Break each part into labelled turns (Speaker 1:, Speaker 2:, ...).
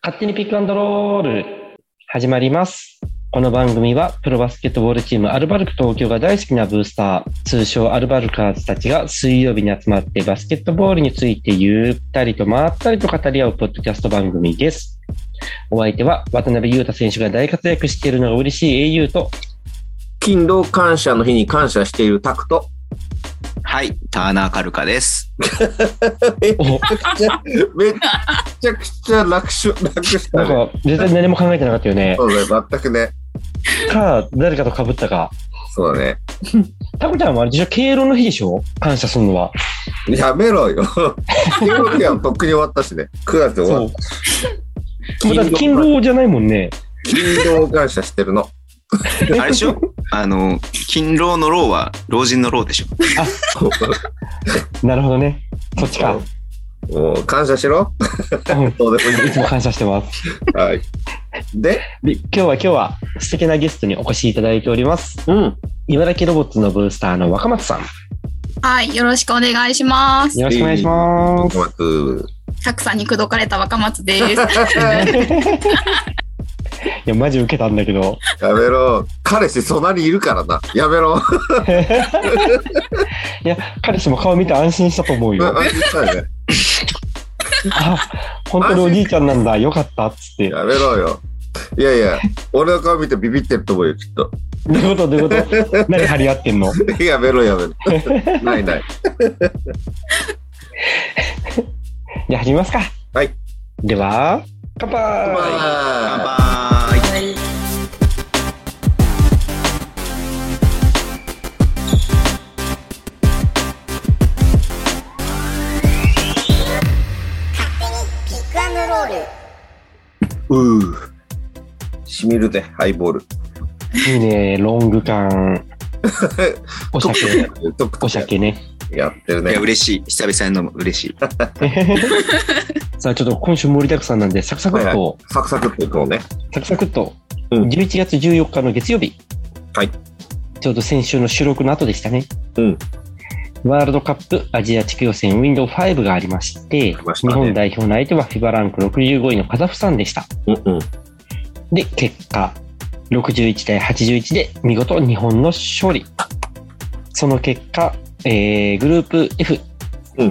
Speaker 1: 勝手にピックアンドロール始まります。この番組はプロバスケットボールチームアルバルク東京が大好きなブースター、通称アルバルカーズたちが水曜日に集まってバスケットボールについてゆったりとまったりと語り合うポッドキャスト番組です。お相手は渡辺裕太選手が大活躍しているのが嬉しい au と、
Speaker 2: 勤労感謝の日に感謝しているタクト。
Speaker 3: はい、ターナーカルカです。
Speaker 1: お
Speaker 2: めっちゃくちゃ楽勝、楽したね。
Speaker 1: なんか絶対何も考えてなかったよね。
Speaker 2: そうだね、全くね。
Speaker 1: か、誰かと被ったか。
Speaker 2: そうだね。
Speaker 1: タコちゃんはあれでしょ敬老の日でしょ感謝するのは。
Speaker 2: やめろよ。勤労期間とっくに終わったしね。9月で終わ
Speaker 1: そ
Speaker 2: っ
Speaker 1: う
Speaker 2: た。。
Speaker 1: まだ勤労じゃないもんね。
Speaker 2: 勤労感謝してるの。
Speaker 3: あれでしょあの、勤労の労は老人の労でしょ
Speaker 1: なるほどね。そっちか。
Speaker 2: もう感謝しろ。
Speaker 1: うん
Speaker 2: どうでもい
Speaker 1: いつも感謝してます。
Speaker 2: い。はい。で、
Speaker 1: で今日は今日は素敵なゲストにお越しいただいております。
Speaker 2: うん。
Speaker 1: 茨城ロボッツのブースターの若松さ
Speaker 4: はい、よろしくお願いします
Speaker 1: ん。。よろしくお願いしま
Speaker 2: うまく。
Speaker 4: たくさんに口説かれた若松です。
Speaker 1: す。いや、マジ受けたんだけど。
Speaker 2: やめろ。彼氏隣いるからな。やめろ。
Speaker 1: いや、彼氏も顔見て安心したと思う よ。あ、本当におじいちゃんなんだ。よかった。っつって。
Speaker 2: やめろよ。いやい や、俺の顔見てビビってると思うよ、きっと。
Speaker 1: どういうことどういうこと何張り合ってんの
Speaker 2: やめろや めろ。ないない。
Speaker 1: じゃあ始めますか。
Speaker 2: はい。
Speaker 1: では、乾杯
Speaker 3: 乾
Speaker 2: まあ、
Speaker 3: 杯
Speaker 2: うー。しみるで、ハイボール。
Speaker 1: いいね、ロング 缶。お酒、
Speaker 2: 特
Speaker 1: お酒ね。
Speaker 2: やってる
Speaker 3: い
Speaker 2: ね
Speaker 3: や、。嬉しい。久々に飲む。嬉 しい。
Speaker 1: さあ、ちょっと今週盛りだくさんなんで、サクサクっ
Speaker 2: はい
Speaker 1: と、
Speaker 2: サクサクっていこうね。
Speaker 1: サクサクっと、
Speaker 2: うん
Speaker 1: 11月14日の月曜日。
Speaker 2: はい
Speaker 1: ちょうど先週の収録の後でしたね。
Speaker 2: うん
Speaker 1: ワールドカップアジア地区予選ウィンドウ5がありまして、
Speaker 2: りました
Speaker 1: 日
Speaker 2: ね
Speaker 1: 本代表の相手は FIBA ランク65位のカザフスタンでした。
Speaker 2: うんうん。
Speaker 1: で、結果、61対81で見事日本の勝利。その結果、えーグループ F、
Speaker 2: うん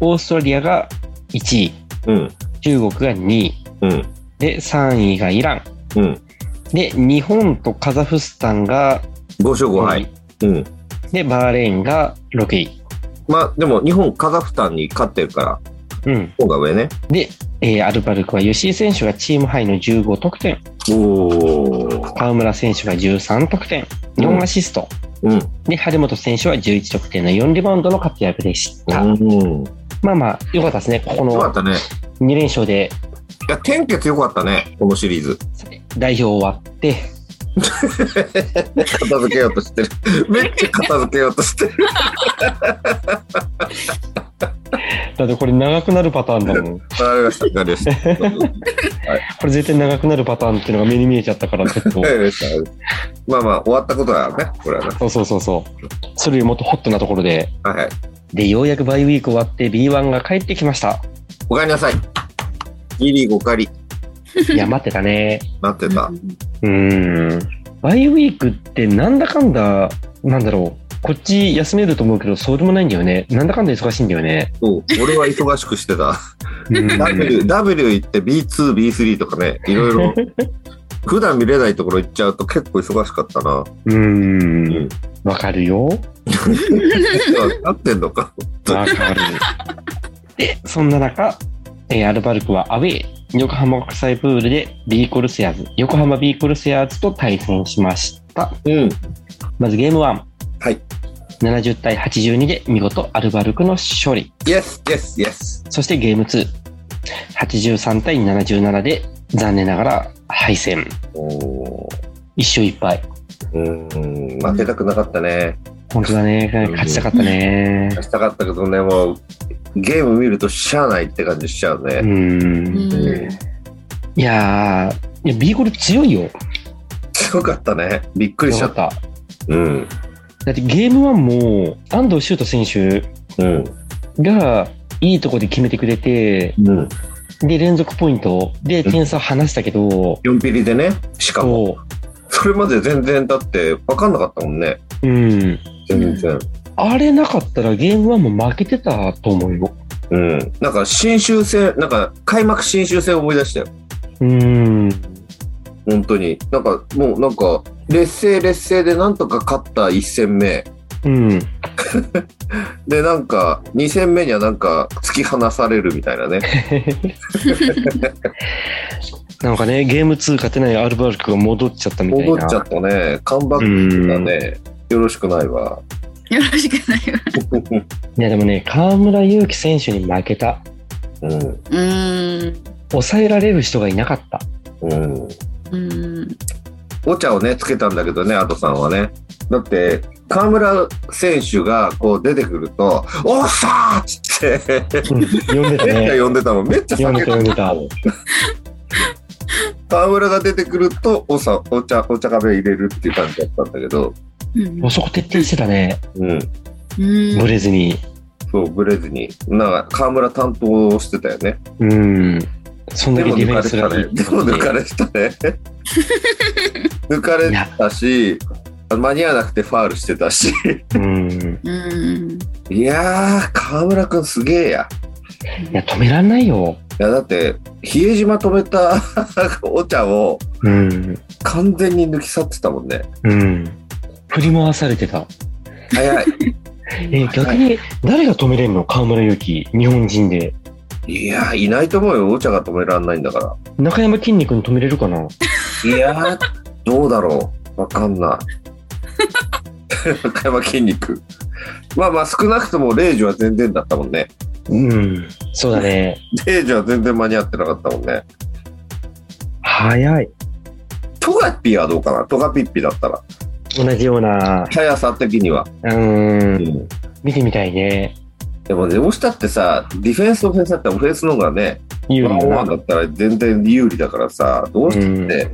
Speaker 1: オーストラリアが1位、
Speaker 2: うん。
Speaker 1: 中国が2位、
Speaker 2: うん。
Speaker 1: で、3位がイラン。
Speaker 2: うん。
Speaker 1: で、日本とカザフスタンが
Speaker 2: 5勝
Speaker 1: 5
Speaker 2: 5敗。うん。
Speaker 1: 位。で、バーレーンが6位。
Speaker 2: まあ、でも日本、カザフスタンに勝ってるから、
Speaker 1: うん。
Speaker 2: 方が上ね。
Speaker 1: えーアルバルクは吉井選手がチームハイの15得点、
Speaker 2: おー。
Speaker 1: 河村選手が13得点、4アシスト。
Speaker 2: うん。
Speaker 1: で、張本選手は11得点の4リバウンドの活躍でした。
Speaker 2: うん。
Speaker 1: まあまあ、良かったですね。ここ
Speaker 2: よか
Speaker 1: の
Speaker 2: ったね。
Speaker 1: 2連勝で
Speaker 2: いや、天傑よかったね。このシリーズ。
Speaker 1: 代表終わって、
Speaker 2: 片付けようとしてる。 めっちゃ片付けようとしてる。
Speaker 1: だってこれ長くなるパターンだもん。
Speaker 2: わかりました。わかりました。
Speaker 1: これ絶対長くなるパターンっていうのが目に見えちゃったから、ちょっと
Speaker 2: わ。かりました。まあまあ、終わったことだよね。これはね。
Speaker 1: そうそうそうそう。それよりもっとホットなところで。
Speaker 2: はいはい。
Speaker 1: で、ようやくバイウィーク終わって B1 が帰ってきま した。
Speaker 2: おかえりなさい。ギリおかえり。
Speaker 1: いや、待ってたね。
Speaker 2: 待ってた。
Speaker 1: うーん。バイウィークってなんだかんだ、なんだろう。こっち休めると思うけど、そうでもないんだよね。なんだかんだ忙しいんだよね。
Speaker 2: そう俺は忙しくしてた。
Speaker 1: うん
Speaker 2: W、W 行って B2、B3 とかね、いろい ろ。普段見れないところ行っちゃうと結構忙しかった な。
Speaker 1: う
Speaker 2: うん
Speaker 1: ん。わかるよ。
Speaker 2: なってんのか。
Speaker 1: わかる。で、そんな中、えーアルバルクはアウェー、横浜国際プールで B コルセアーズ、横浜 B コルセアーズと対戦しました。
Speaker 2: うん。
Speaker 1: まずゲーム1。
Speaker 2: はい。
Speaker 1: 70対82で見事アルバルクの勝利。
Speaker 2: Yes, yes, yes.
Speaker 1: そしてゲーム2。83対77で残念ながら敗戦。
Speaker 2: おー
Speaker 1: 1勝1敗。
Speaker 2: うーん、負けたくなかったね。
Speaker 1: 本当だね。勝ちたかったね。
Speaker 2: したかったけどね、もう、ゲーム見るとしゃあないって感じしちゃう
Speaker 1: う
Speaker 2: ね。
Speaker 1: ん。いやー、いや B コル強いよ。
Speaker 2: 強かったね。びっくりしちゃ
Speaker 1: 強か
Speaker 2: った。
Speaker 1: った。
Speaker 2: うん。
Speaker 1: だってゲーム1も安藤修斗選手
Speaker 2: うん。
Speaker 1: がいいとこで決めてくれて、
Speaker 2: うん。
Speaker 1: で、連続ポイントで点差離したけど、
Speaker 2: 4ピリでね、しかも。
Speaker 1: そ
Speaker 2: それまで全然だって分かんなかったもんね。
Speaker 1: う。うん。
Speaker 2: 全然。
Speaker 1: あれなかったらゲームはもう負けてたと思うよ。
Speaker 2: うん。なんか、新州戦、なんか、開幕新州戦を思い出したよ。
Speaker 1: うん。
Speaker 2: 本当に。なんか、もうなんか、劣勢劣勢でなんとか勝った1戦目。
Speaker 1: うん。
Speaker 2: で、なんか、2戦目にはなんか、突き放されるみたいな ね。
Speaker 1: なんかね、ゲーム2勝てないアルバルクが戻っちゃったみたいな。
Speaker 2: 戻っちゃったね。カンバックがね、よろしくないわ。
Speaker 4: よろしくないわ。
Speaker 1: いやでもね、河村勇輝選手に負けた。
Speaker 2: うん。
Speaker 4: うーん。
Speaker 1: 抑えられる人がいなかった。
Speaker 2: うん。
Speaker 4: うーん。
Speaker 2: お茶をね、つけたんだけどね、アドさんはね。だって、河村選手がこう出てくると、おっさーっつって、
Speaker 1: うん、呼んでた
Speaker 2: め っち
Speaker 1: ね。
Speaker 2: ゃ呼んでたもん。めっちゃ
Speaker 1: 呼ん
Speaker 2: 叫
Speaker 1: でた呼ん
Speaker 2: ん
Speaker 1: で
Speaker 2: でた
Speaker 1: た
Speaker 2: もん。。河村が出てくると、おさ、お茶、お茶壁入れるっていう感じだったんだけど、
Speaker 4: うん
Speaker 1: もうそこ徹底してたね。
Speaker 2: うん。
Speaker 4: うん
Speaker 1: ブレずに。
Speaker 2: そう、ブレずに。なんか、河村担当してたよね。
Speaker 1: うん。そんだ
Speaker 2: で
Speaker 1: けデ
Speaker 2: も
Speaker 1: ィフ
Speaker 2: 抜
Speaker 1: ェ
Speaker 2: か
Speaker 1: ン
Speaker 2: れ
Speaker 1: ス
Speaker 2: た
Speaker 1: がい
Speaker 2: ね。
Speaker 1: い。
Speaker 2: でも抜かれ たね。抜かれたし、間に合わなくてファールしてたし。
Speaker 1: うん。
Speaker 4: うん。
Speaker 2: いやー、河村くんすげえや。
Speaker 1: いや、止めらんないよ。
Speaker 2: いやだって比江島止めたお茶を
Speaker 1: うん。
Speaker 2: 完全に抜き去ってたもんね
Speaker 1: うん。振り回されてた。
Speaker 2: 早い
Speaker 1: え、逆に誰が止めれんの河村勇輝、日本人で。
Speaker 2: いやーいないと思うよお茶が止められないんだか
Speaker 1: 中山筋肉に止めれるかな
Speaker 2: らいやーどうだろうわかんない 中山筋肉まあまあ少なくとも0時は全然だったもんね
Speaker 1: うん。そうだね。
Speaker 2: 0時は全然間に合ってなかったもんね
Speaker 1: 早い。
Speaker 2: トガピはどうかなトガピッピだったら
Speaker 1: 同じような。
Speaker 2: 速さ的には、
Speaker 1: う。
Speaker 2: うんん、
Speaker 1: 見てみたいね。
Speaker 2: でもねどうしたってさディフェンスオフェンスだったらオフェンスの方がね
Speaker 1: 有利
Speaker 2: ワン
Speaker 1: だ
Speaker 2: オンワ
Speaker 1: な
Speaker 2: ン。だったら全然有利だからさ、どうして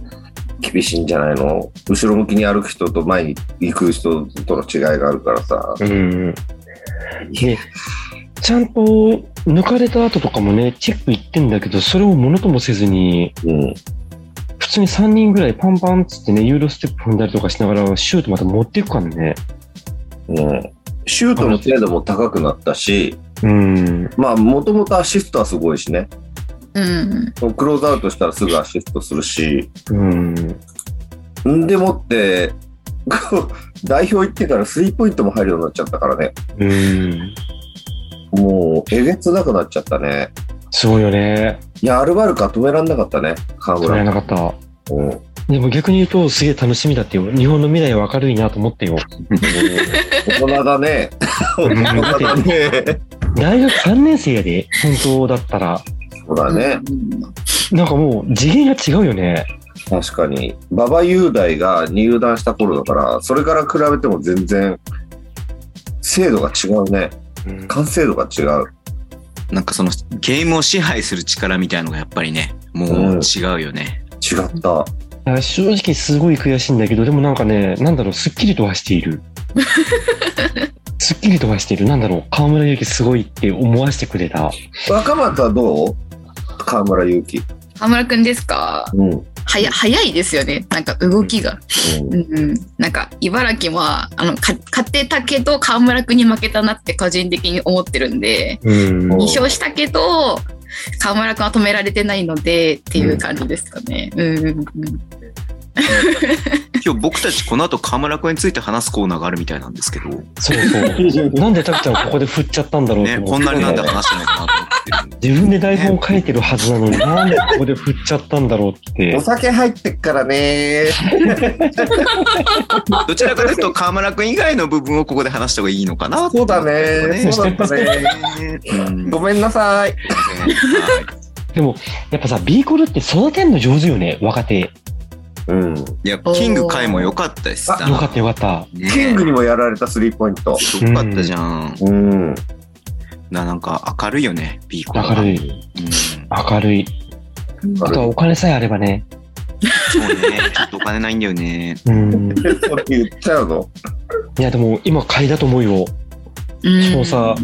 Speaker 2: 厳しいんじゃないの、後ろ向きに歩く人と前に行く人との違いがあるからさ。
Speaker 1: うん。で、ちゃんと抜かれた後とかもね、チェックいってんだけど、それをものともせずに、
Speaker 2: うん。
Speaker 1: 普通に3人ぐらいパンパンっつってね、ユーロステップ踏んだりとかしながら、シュートまで持っていくからね。
Speaker 2: うん。シュートの精度も高くなったし、
Speaker 1: うん。
Speaker 2: まあ、もともとアシストはすごいしね。
Speaker 4: うん。
Speaker 2: クローズアウトしたらすぐアシストするし。
Speaker 1: うん。
Speaker 2: んでもって、 こう代表行ってからスリーポイントも入るようになっちゃったからね。
Speaker 1: うん。
Speaker 2: もう、えげつなくなっちゃったね。
Speaker 1: すごいよね。
Speaker 2: いや、アルバルカ止めらんなかったね、河
Speaker 1: 取られ
Speaker 2: 村。
Speaker 1: なかった。
Speaker 2: うん。
Speaker 1: でも逆に言うと、すげえ楽しみだってよ。日本の未来は明るいなと思ってよ。
Speaker 2: 大人だ ね。
Speaker 1: う
Speaker 2: 大
Speaker 1: ん
Speaker 2: 人だね。
Speaker 1: 大学3年生やで、本当だったら。
Speaker 2: そうだね。
Speaker 1: なんかもう、次元が違うよね。
Speaker 2: 確かに。馬場雄大が入団した頃だから、それから比べても全然、精度が違うね。
Speaker 1: うん
Speaker 2: 完成度が違う。
Speaker 3: なんかそのゲームを支配する力みたいのがやっぱりね、もう違うよね。
Speaker 2: 違った。
Speaker 1: いや正直すごい悔しいんだけど、でもなんかね、なんだろう、すっきりとはしている。すっきりとはしている。なんだろう、河村勇輝すごいって思わせてくれた。
Speaker 2: 若松はどう河村勇輝。
Speaker 4: 河村くんですか
Speaker 2: うん。
Speaker 4: はや、早いですよね。なんか動きが。
Speaker 2: う
Speaker 4: うんうん。なんか、茨城は、あの、か勝てたけど、河村くんに負けたなって個人的に思ってるんで、
Speaker 1: うん
Speaker 2: お
Speaker 4: 2勝したけど、河村くんは止められてないので、っていう感じですかね。うん。うんうん
Speaker 3: 今日僕たちこの後河村君について話すコーナーがあるみたいなんですけど、
Speaker 1: そうそう。 なんでタクちゃんここで振っちゃったんだろうって
Speaker 3: ね、
Speaker 1: 思
Speaker 3: こ
Speaker 1: っ
Speaker 3: ん
Speaker 1: て
Speaker 3: なになんで話してないかなと思 ってるんで。
Speaker 1: 自分で台本を書いてるはずなのに、なんでここで振っちゃったんだろうっ
Speaker 2: ん
Speaker 1: て
Speaker 2: お。酒入ってっからね。
Speaker 3: どちらかというと河村君以外の部分をここで話した方がいいのかな
Speaker 2: そうだね。そうだったね。
Speaker 3: うん
Speaker 2: ごめんなさい。
Speaker 3: は
Speaker 1: でも、やっぱさ、ビーコルって育てんの上手よね、若手。よ
Speaker 2: うん。
Speaker 3: いいや、キング回も良かったです
Speaker 2: あ
Speaker 1: かったよかった。
Speaker 3: ね
Speaker 2: キングにもやられたスリーポイント。
Speaker 1: うん
Speaker 3: 良かったじゃん。
Speaker 2: うん。
Speaker 3: ななんか明るいよね、ピーコが。
Speaker 1: 明る
Speaker 3: い。
Speaker 1: い。明るい。あとはお金さえあればね。
Speaker 3: そう ね、ちょっとお金ないんだよね。
Speaker 1: うん。
Speaker 2: それ言っちゃうの
Speaker 1: いや、でも今買いだと思うよ。
Speaker 4: うん
Speaker 1: そうさ、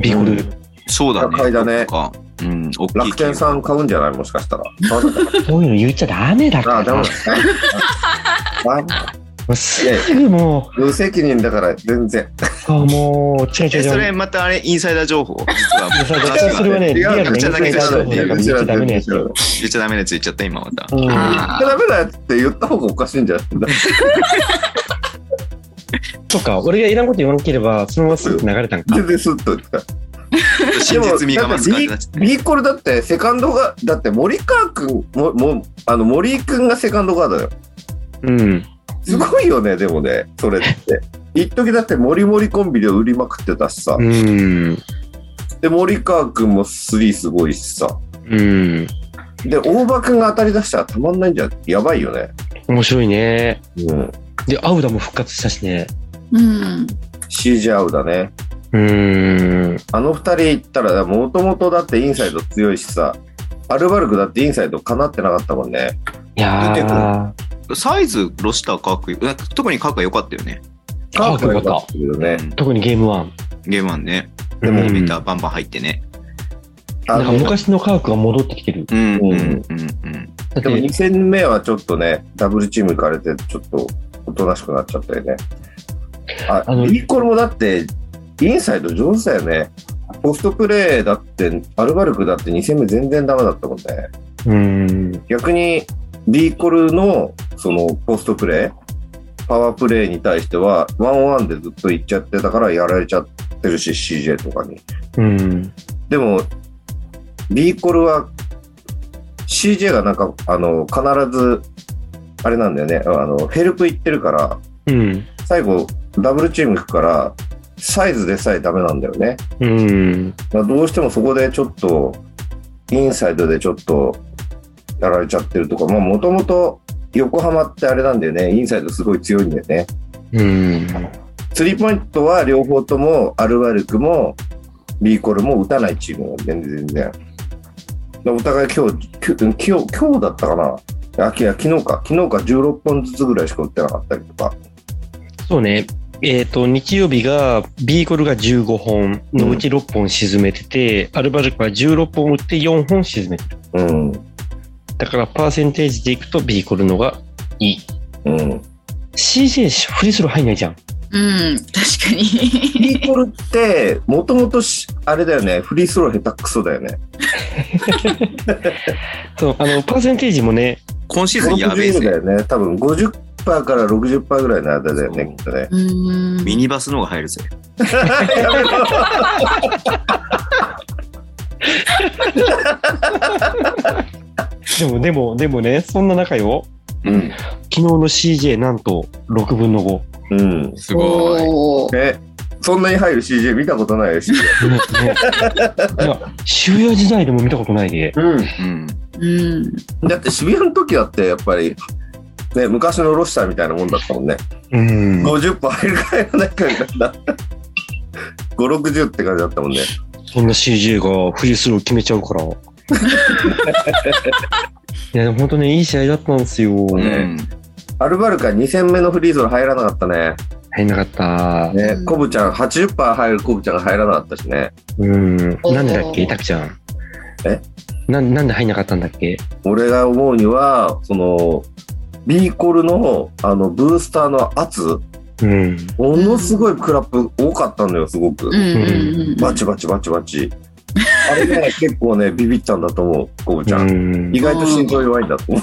Speaker 1: ビーコル。
Speaker 3: そうだね。
Speaker 2: 買いだね
Speaker 3: そっかうん、大きい
Speaker 2: 楽天さん買うんじゃないもしかしたら。買わなかっ
Speaker 1: そういうの言っちゃダメだ
Speaker 2: たあ
Speaker 1: か
Speaker 2: あ、ダ
Speaker 1: ら。
Speaker 2: メ
Speaker 1: も
Speaker 2: だ。あ
Speaker 1: うすぐも
Speaker 2: 無責任だから全然。
Speaker 1: う、そうもう、違う違
Speaker 3: え、そう
Speaker 1: 違
Speaker 3: れ
Speaker 1: う。
Speaker 3: またあれ、インサイダー情報。実は
Speaker 1: それ
Speaker 3: 話
Speaker 1: はそれ
Speaker 3: が
Speaker 1: はね、リアルなインサイダー情報だから言っちゃダメなやつよ。
Speaker 2: ダ
Speaker 3: 言っちゃダメなやつ言っちゃった、今また。
Speaker 1: うん
Speaker 4: あ
Speaker 2: メなやつって言った方がおかしいんじゃない
Speaker 1: そっか、俺がいらんこと言わなければ、そのまますぐ流れたんか。
Speaker 2: 全然スッと言ってた。
Speaker 3: 真実味が増す感じに
Speaker 2: だっ
Speaker 3: なってちゃっ
Speaker 2: B, B コルだってセカンドがだって森川君ももあの森井君がセカンドガードだよ
Speaker 1: うん。
Speaker 2: すごいよね、でもねそれって一時だって森森コンビで売りまくってたしさ、
Speaker 1: うん。
Speaker 2: で森川君もスリーすごいしさ
Speaker 1: うん。
Speaker 2: で大場君が当たり出したらたまんないんじゃんやばいよね
Speaker 1: 面白いね。
Speaker 2: うん
Speaker 1: で、アウダも復活したしね。
Speaker 4: うん。
Speaker 2: CJ 合うだね
Speaker 1: うん。
Speaker 2: あの二人いったらもともとだってインサイド強いしさアルバルクだってインサイドかなってなかったもんね
Speaker 1: いやー、
Speaker 3: た。サイズ、ロスター、カークなんか、特にカークは良かったよね。
Speaker 1: カークが良かっ
Speaker 2: ったけどね
Speaker 3: うん
Speaker 1: 特にゲーム1。
Speaker 3: ゲームはね、
Speaker 2: でも
Speaker 1: う
Speaker 3: メ
Speaker 1: ん
Speaker 3: ータ
Speaker 1: な
Speaker 3: ーバンバン入ってね。
Speaker 2: あ
Speaker 1: んか
Speaker 2: の
Speaker 1: 昔の科学が戻ってきてる。
Speaker 3: うん、うん、うん、うん。
Speaker 1: だっ
Speaker 2: でも
Speaker 1: て、
Speaker 2: 2戦目はちょっとね、ダブルチーム行かれて、ちょっとおとなしくなっちゃったよね。あ、
Speaker 1: あの
Speaker 2: イーコルもだって、インサイド上手だよね。ポストプレーだって、アルバルクだって2戦目全然ダメだったもんね。
Speaker 1: うん。
Speaker 2: 逆に、リーコルの、その、ポストプレー、パワープレーに対しては、ワンオンワンでずっと行っちゃってたから、やられちゃってるし、CJ とかに。
Speaker 1: うん。
Speaker 2: でも、リーコルは、CJ がなんか、あの、必ず、あれなんだよね、あの、ヘルプ行ってるから、
Speaker 1: うん。
Speaker 2: 最後、ダブルチーム行くから、サイズでさえダメなんだよね。
Speaker 1: うん。
Speaker 2: だからどうしてもそこでちょっと、インサイドでちょっと、やられちゃってるとか、まあ、もともと、横浜ってあれなんだよね、インサイドすごい強いんだよね。
Speaker 1: うん。
Speaker 2: スリーポイントは両方ともアルバルクもリーコルも打たないチームなんで全然。お互い今日、きゅ今日、今日だったかなあ、きや昨日か。昨日か16本ずつぐらいしか打ってなかったりとか。
Speaker 1: そうね。えっ、と、日曜日が、ビーコルが15本のうち6本沈めてて、アルバルクは16本打って4本沈めてる。
Speaker 2: うん。
Speaker 1: だから、パーセンテージでいくと、ビーコルのがいい。
Speaker 2: うん。
Speaker 1: CJ、フリースロー入んないじゃん。
Speaker 4: うん。確かに。
Speaker 2: リーコルって、もともとし、あれだよね、フリースロー下手くそだよね。
Speaker 1: そう、あ の、パーセンテージもね、
Speaker 3: 今シーズンやべえ
Speaker 2: 60だ
Speaker 3: ぜ。
Speaker 2: よね。多分50%から60%ぐらいの間だよね、きっとね。
Speaker 4: うん。
Speaker 3: ミニバスの方が入るぜ。
Speaker 2: やめろ
Speaker 1: でも、でも、でもね、そんな中よ、
Speaker 2: うん。
Speaker 1: 昨日の CJ、なんと6分の5。
Speaker 2: うん。
Speaker 3: すごい。
Speaker 4: おー
Speaker 2: え、そんなに入る CJ 見たことないよ、CJ。
Speaker 1: ねねいや、渋谷時代でも見たことないで。
Speaker 2: うん。
Speaker 3: うん。
Speaker 4: うん。
Speaker 2: だって渋谷の時だってやっぱり、ね、昔のロシターみたいなもんだったもんね、
Speaker 1: うん。
Speaker 2: 50本入るか入らないかみたいな560って感じだったもんね
Speaker 1: そんな CJ がフリースロー決めちゃう から。いや、でも本当ね、いい試合だったんですよ。
Speaker 3: う
Speaker 1: 入
Speaker 3: ん。
Speaker 2: アルバルカ2戦目のフリーズロー入らなかったね
Speaker 1: んなかった。
Speaker 2: ね
Speaker 4: うん
Speaker 2: コブちゃん80%入るコブちゃんが入らなかったしね
Speaker 1: うん。
Speaker 4: おー
Speaker 1: なんでだっけ、たくちゃん。
Speaker 2: え
Speaker 1: なんなんで入んなかったんだっけ
Speaker 2: 俺が思うにはその B コルのあのブースターの圧
Speaker 1: うん。
Speaker 2: ものすごいクラップ多かったんだよすごく、
Speaker 4: うんうんうん。
Speaker 2: バチバチバチバチあれね結構ねビビったんだと思うコブちゃん
Speaker 1: うん
Speaker 2: 意外と心臓弱いんだと思う。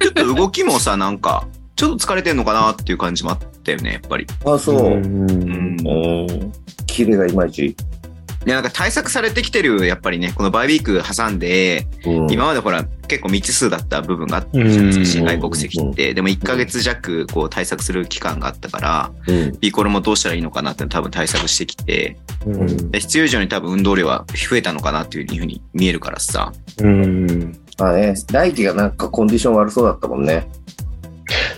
Speaker 3: ちょっと動きもさ、なんか、ちょっと疲れてんのかなっていう感じもあったよね、やっぱり。
Speaker 2: あ、そう。うん
Speaker 3: ん。い
Speaker 2: キレがいまいち。
Speaker 3: や、なんか対策されてきてるよ、やっぱりね。このバイウィーク挟んで、
Speaker 2: うん
Speaker 3: 今までほら、結構未知数だった部分があったじゃないですか、新外国籍って。でも1ヶ月弱、こう対策する期間があったから、
Speaker 2: うん
Speaker 3: ピーコルもどうしたらいいのかなって多分対策してきて、
Speaker 1: うん
Speaker 3: で必要以上に多分運動量は増えたのかなっていうふうに見えるから さ。
Speaker 1: うん。
Speaker 2: まあね、大輝がなんかコンディション悪そうだったもんね。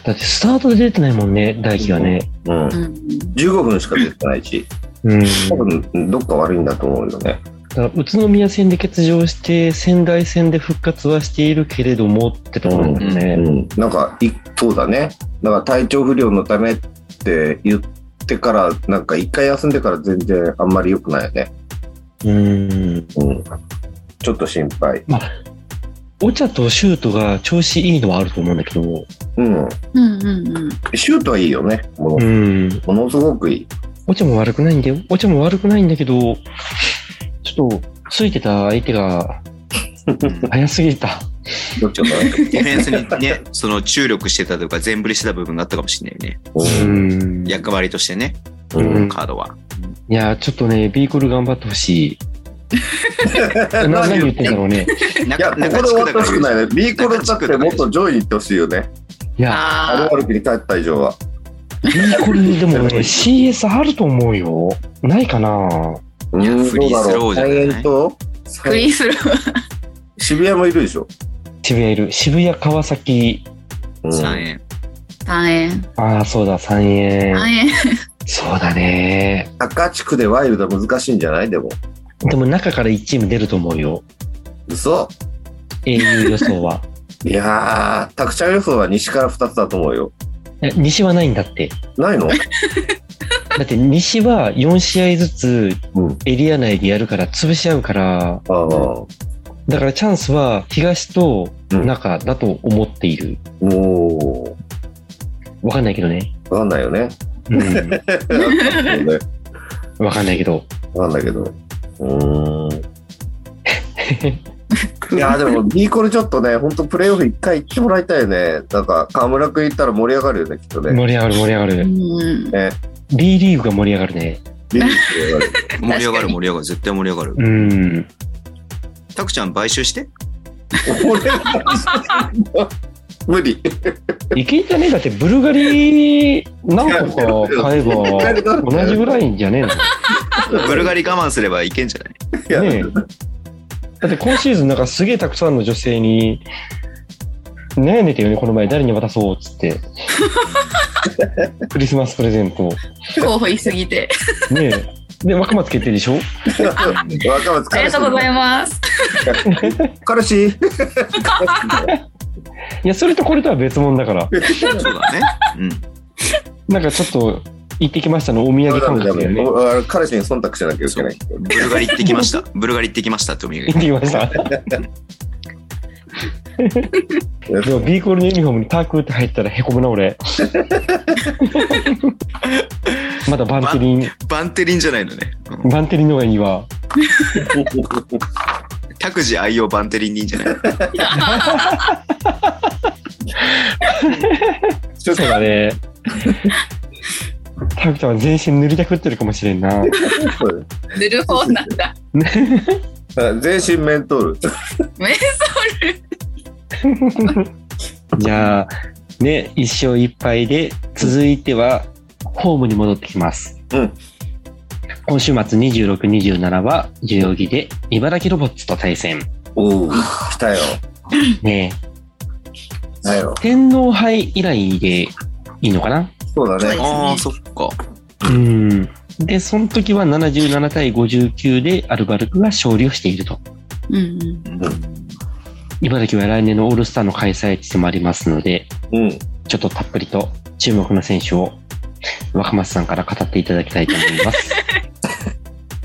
Speaker 1: だってスタートで出てないもんね、大輝がね。
Speaker 2: うん。15分しか出てないし、
Speaker 1: うん。
Speaker 2: 多分どっか悪いんだと思うよね。
Speaker 1: だから宇都宮戦で欠場して、仙台戦で復活はしているけれどもってところだよ
Speaker 2: う
Speaker 1: ね。
Speaker 2: ん。なんか、いそうだね。だから体調不良のためって言ってから、なんか一回休んでから全然あんまり良くないよね。
Speaker 1: うん。
Speaker 2: うん、ちょっと心配。
Speaker 1: お茶とシュートが調子いいのはあると思うんだけど、
Speaker 2: うん、
Speaker 4: うんうんうん。
Speaker 2: シュートはいいよね、も
Speaker 1: う
Speaker 2: の,、
Speaker 1: ん。
Speaker 2: ものすごくいい。
Speaker 1: お茶も悪くないんだよ。お茶も悪くないんだけど、ちょっと、ついてた相手が
Speaker 3: うん
Speaker 1: 早すぎた。
Speaker 2: どっちかな、
Speaker 3: ディフェンスにね、その注力してたというか、全振りしてた部分があったかもしれないよね。
Speaker 1: うん。い
Speaker 3: 役割としてね、
Speaker 2: うん、
Speaker 3: カードは。
Speaker 1: や、ちょっとね、ビーコル頑張ってほしい。な何言ってんだろうね。
Speaker 3: ない
Speaker 2: や、ここで終わってほしくないね。B コロだってもっと上位に行ってほしいよね。
Speaker 1: いや、
Speaker 2: アル
Speaker 4: あ
Speaker 2: バルクに帰った以上は。
Speaker 1: ビーコルでも ね、CS あると思うよ。ないかな
Speaker 2: うん、
Speaker 3: フリースローじゃない
Speaker 2: どうだろうサイエント
Speaker 4: あ、フリースロー。
Speaker 2: 渋谷もいるでしょ。
Speaker 1: 渋谷いる。渋谷、川崎、
Speaker 2: うん
Speaker 3: 3円。
Speaker 4: 3円。
Speaker 1: ああ、そうだ、三円。
Speaker 4: 3円。
Speaker 1: そうだね。
Speaker 2: 高地区でワイルドは難しいんじゃないでも。
Speaker 1: でも中から1チーム出ると思うよ。
Speaker 2: 嘘
Speaker 1: 英雄予想は。
Speaker 2: いやー、タクちゃん予想は西から2つだと思うよ。
Speaker 1: え西はないんだって。
Speaker 2: ない の
Speaker 1: だって西は4試合ずつ
Speaker 2: うん。
Speaker 1: エリア内でやるから潰し合うから、
Speaker 2: ああ、
Speaker 1: だからチャンスは東と中だと思っている。
Speaker 2: もう、
Speaker 1: わかんないけどね。
Speaker 2: わかんないよ ね。
Speaker 1: うん。
Speaker 2: そうね
Speaker 1: わかんないけど。
Speaker 2: わかんないけど。うーん。いやーでも、ビーコルちょっとね、本当プレーオフ一回行ってもらいたいよね。なんか、河村君行ったら盛り上がるよね、きっとね。
Speaker 1: 盛り上がる盛り上が
Speaker 4: う
Speaker 1: る。
Speaker 4: ん。
Speaker 2: ね
Speaker 1: B リーグが盛り上がるね。
Speaker 2: ビーコル盛り上がる。
Speaker 3: 盛り上がる、盛り上がる。絶対盛り上がる。
Speaker 1: うん。
Speaker 3: タクちゃん買収して。
Speaker 2: 俺は無理。
Speaker 1: いけんじゃねえだってブルガリ何個か買えば同じぐらいじゃねえの
Speaker 3: ブルガリ我慢すればいけんじゃない
Speaker 2: いや、
Speaker 1: ねえだって今シーズンなんかすげえたくさんの女性に悩んでたよねこの前誰に渡そうっつって クリスマスプレゼント
Speaker 4: 候補いすぎて。
Speaker 1: ねえで若松決定でしょ
Speaker 2: 若松
Speaker 4: ありがとうございます。
Speaker 2: 彼氏
Speaker 1: いやそれとこれとは別物だから
Speaker 3: そうだね。うん。
Speaker 1: なんかちょっと行ってきましたのお土産感覚だよね
Speaker 2: お彼氏に忖度しなきゃいけない。
Speaker 3: ブルガリ行ってきました。ブルガリ行ってきましたってお土産
Speaker 1: 行ってきましたでもビーコールのユニフォームにタークって入ったらへこむな 俺まだバンテリン
Speaker 3: バンテリンじゃないのね。うん
Speaker 1: バンテリンの上には
Speaker 3: タクジ愛用バンテリンでいいんじゃない
Speaker 2: ちょっ
Speaker 1: そうだね。タクちゃんは全身塗りたくってるかもしれんな。
Speaker 2: と
Speaker 4: 塗る方なんだ。
Speaker 2: 全身メントール。
Speaker 4: メンソール。
Speaker 1: じゃあ、ね、一勝一敗で、続いては、ホームに戻ってきます。
Speaker 2: うん
Speaker 1: 今週末26、27は、代々木で、茨城ロボッツと対戦。
Speaker 2: おお、来たよ。
Speaker 1: ね
Speaker 2: 来たよ。
Speaker 1: 天皇杯以来でいいのかな
Speaker 2: そうだね。
Speaker 3: ああ、そっか。
Speaker 1: うん。で、その時は77対59で、アルバルクが勝利をしていると。
Speaker 4: うんうん。
Speaker 3: うん
Speaker 1: 茨城は来年のオールスターの開催地でもありますので、
Speaker 2: うん。
Speaker 1: ちょっとたっぷりと注目の選手を若松さんから語っていただきたいと思い ます。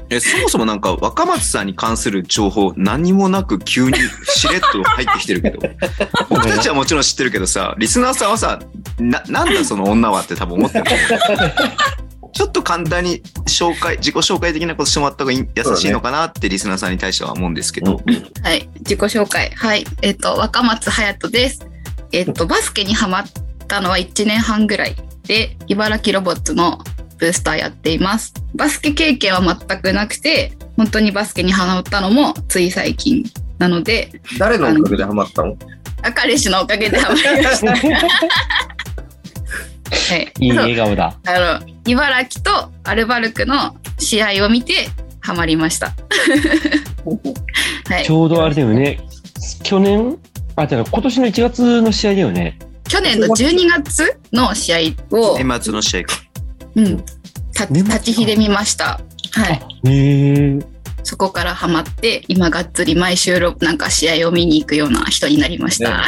Speaker 3: えそもそもなんか若松さんに関する情報何もなく急にしれっと入ってきてるけ ど僕たちはもちろん知ってるけどさリスナーさんはさななんだその女はって多分思ってると思うちょっと簡単に紹介自己紹介的なことしてもらった方がいい優しいのかなってリスナーさんに対しては思うんですけど、
Speaker 4: はい、自己紹介。はい、えっ、と若松隼人です。えっ、とバスケにハマったのは1年半ぐらいで茨城ロボッツのブースターやっています。バスケ経験は全くなくて、本当にバスケにハマったのもつい最近なので、
Speaker 2: 誰のおかげでハマったの
Speaker 4: あ彼氏のおかげで ハマりました。はい、
Speaker 1: いい笑顔だ。
Speaker 4: あの茨城とアルバルクの試合を見てハマりました。 はい
Speaker 1: ち、ょうどあれだよね、去年、あ、じゃあ今年の1月の試合だよね。
Speaker 4: 去年の12月の試合を。
Speaker 3: 年末の試合か
Speaker 4: うん、た
Speaker 1: 年末
Speaker 4: 立ちひでみました。は
Speaker 1: へ
Speaker 4: い、
Speaker 1: え。
Speaker 4: そこからハマって今がっつり毎週ろなんか試合を見に行くような人になりました。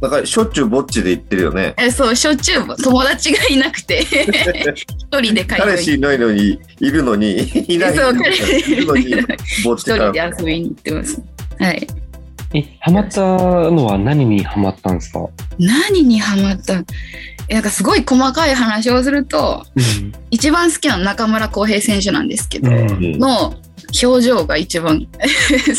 Speaker 2: だからしょっちゅうぼっちで行ってるよね。
Speaker 4: えそうしょっちゅう友達がいなくて一人で会
Speaker 2: 彼氏いないのに、いるのに、いない
Speaker 4: そう
Speaker 2: のに、いるのに
Speaker 4: 彼、
Speaker 2: ぼっち
Speaker 4: 一人
Speaker 2: か
Speaker 4: で
Speaker 2: ら。
Speaker 4: 遊びに行ってます。はい。
Speaker 1: え、ハマったのは何にハマったんですか
Speaker 4: 何にハマったえなんかすごい細かい話をすると一番好きなの中村航平選手なんですけど、
Speaker 1: うん
Speaker 4: の表情が一番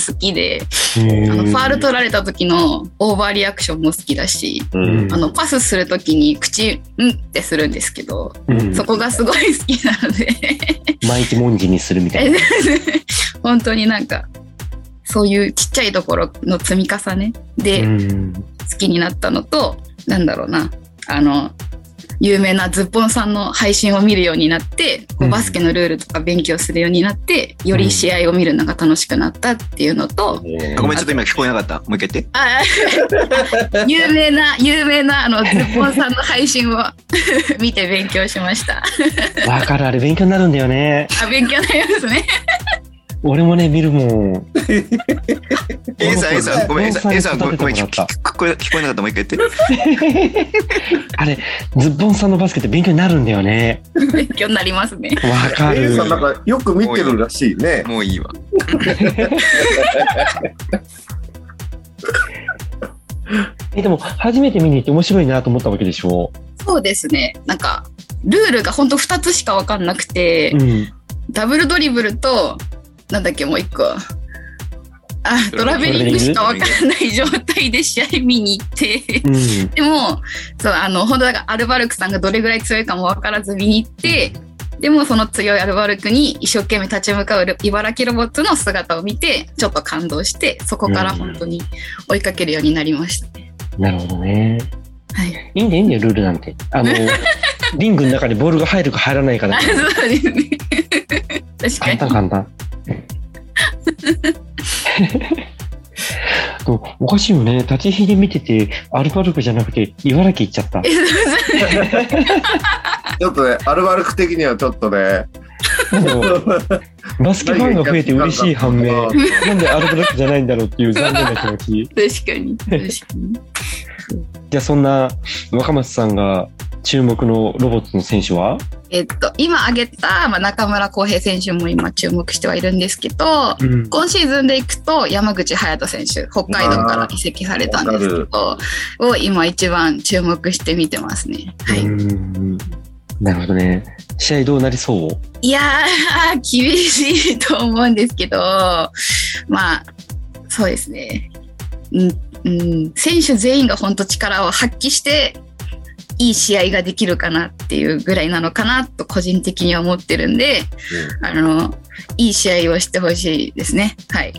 Speaker 4: 好きであのファール取られた時のオーバーリアクションも好きだし
Speaker 2: うん
Speaker 4: あのパスする時に口「うん」ってするんですけど
Speaker 1: うん
Speaker 4: そこがすごい好きなので
Speaker 1: 毎日文字にするみたいな。
Speaker 4: 本当になんかそういうちっちゃいところの積み重ねで、
Speaker 1: うん
Speaker 4: 好きになったのとなんだろうなあの有名なズッポンさんの配信を見るようになって、こ
Speaker 1: う
Speaker 4: うんバスケのルールとか勉強するようになってより試合を見るのが楽しくなったっていうのと、
Speaker 3: あごめん、ちょっと今聞こえなかった。もう一回言って。
Speaker 4: あ有名な有名なあのズッポンさんの配信を 見て勉強しました。
Speaker 1: わかる、あれ勉強になるんだよね。
Speaker 4: あ勉強になります ね。
Speaker 1: 俺もね、見 るもん。
Speaker 3: A さん、A さん、ごめん、A さん、A さん、ごめん、ごめん、
Speaker 1: ズ
Speaker 3: 聞
Speaker 1: ッポンさんに育ててもらった
Speaker 3: 聞こえ聞こえなかった。もう一回言って。
Speaker 1: あれ、ズッポンさんのバスケって勉強になるんだよね。
Speaker 4: 勉強になりますね。
Speaker 1: わか
Speaker 2: A
Speaker 1: る
Speaker 2: さ。んなんかよく見てるらしいね。
Speaker 3: もういいわ。
Speaker 1: え、でも、初めて見に行って面白いなと思ったわけでしょ。
Speaker 4: そうですね。なんかルールが本当2つしか分かんなくて、
Speaker 1: うん。
Speaker 4: ダブルドリブルと、なんだっけ、もう一個。あ、ドラベリングしかわからない状態で試合見に行って
Speaker 1: う。ん。
Speaker 4: でも、そう、あの、本当だからアルバルクさんがどれぐらい強いかもわからず見に行って、でもその強いアルバルクに一生懸命立ち向かう茨城ロボットの姿を見て、ちょっと感動して、そこから本当に追いかけるようになりました。
Speaker 1: なるほどね。
Speaker 4: はい。
Speaker 1: いいんだよ、いいんだよ、ルールなんて。あ の、リングの中にボールが入るか入らないかだ
Speaker 4: あ
Speaker 1: け
Speaker 4: そうですね。
Speaker 1: 簡
Speaker 4: 確か
Speaker 1: 単簡
Speaker 4: に。
Speaker 1: 単。でもおかしいよね。立ち入り見てて、アルバルクじゃなくて、茨城行っちゃった。
Speaker 2: ちょっとね、アルバルク的にはちょっとね、
Speaker 1: でもバスケファンが増えて嬉 しい反面、なんでアルバルクじゃないんだろうっていう残念な気持ち。
Speaker 4: 確かに。確かに。
Speaker 1: じゃあそんな若松さんが注目のロボットの選手は
Speaker 4: えっと、今挙げた、まあ、中村航平選手も今注目してはいるんですけど、
Speaker 1: うん。
Speaker 4: 今シーズンでいくと山口隼人選手、北海道から移籍されたんですけど、を今一番注目して見てますね。はい。
Speaker 1: なるほどね。試合どうなりそう
Speaker 4: いやー、厳しいと思うんですけど、まあ、そうですね。うん、うん、選手全員が本当力を発揮して、いい試合ができるかなっていうぐらいなのかなと個人的には思ってるんで、あの、いい試合をしてほしいですね。はい。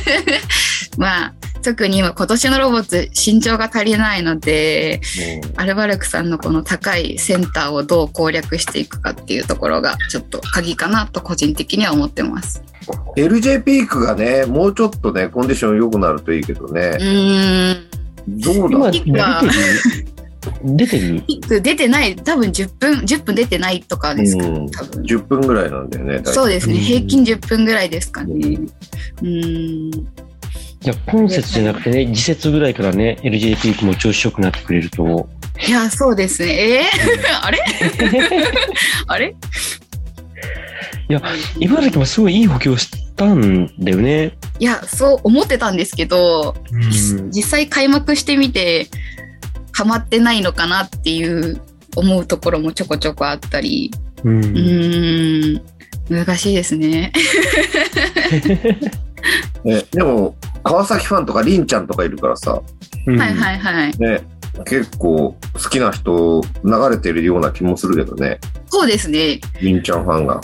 Speaker 4: まあ、特に今今年のロボット身長が足りないので、アルバルクさんのこの高いセンターをどう攻略していくかっていうところがちょっと鍵かなと個人的には思ってます。
Speaker 2: LJ ピークがね、もうちょっとね、コンディション良くなるといいけど
Speaker 4: う
Speaker 2: ね。
Speaker 4: ーん。
Speaker 2: どう
Speaker 1: 今
Speaker 2: だろ
Speaker 1: 出
Speaker 4: キ
Speaker 1: て
Speaker 4: ッ
Speaker 1: る
Speaker 4: カ
Speaker 1: 出てる
Speaker 4: ピック出てない、多分10分、10分出てないとか
Speaker 2: う、う
Speaker 4: ですか、
Speaker 2: ん、
Speaker 4: 多分。
Speaker 2: 10分ぐらいなんだよね。
Speaker 4: そうですね。
Speaker 1: うん
Speaker 4: 平均10分ぐらいですかね。うーん。
Speaker 1: いや、今節じゃなくてね、次節ぐらいからね、LGP も調子よくなってくれる と。
Speaker 4: いや、そうですね。え ー、あれあれ
Speaker 1: いや、茨城もすごいいい補強したんだよね。
Speaker 4: いや、そう思ってたんですけど、実際開幕してみて、ハマってないのかなっていう思うところもちょこちょこあったり、
Speaker 1: うん
Speaker 4: うーん、難しいですね。
Speaker 2: ね、でも、川崎ファンとか、りんちゃんとかいるからさ、
Speaker 1: うん
Speaker 4: はいはいはい。
Speaker 2: ね、結構好きな人、流れてるような気もするけどね、
Speaker 4: そうですね。
Speaker 2: りんちゃんファンが。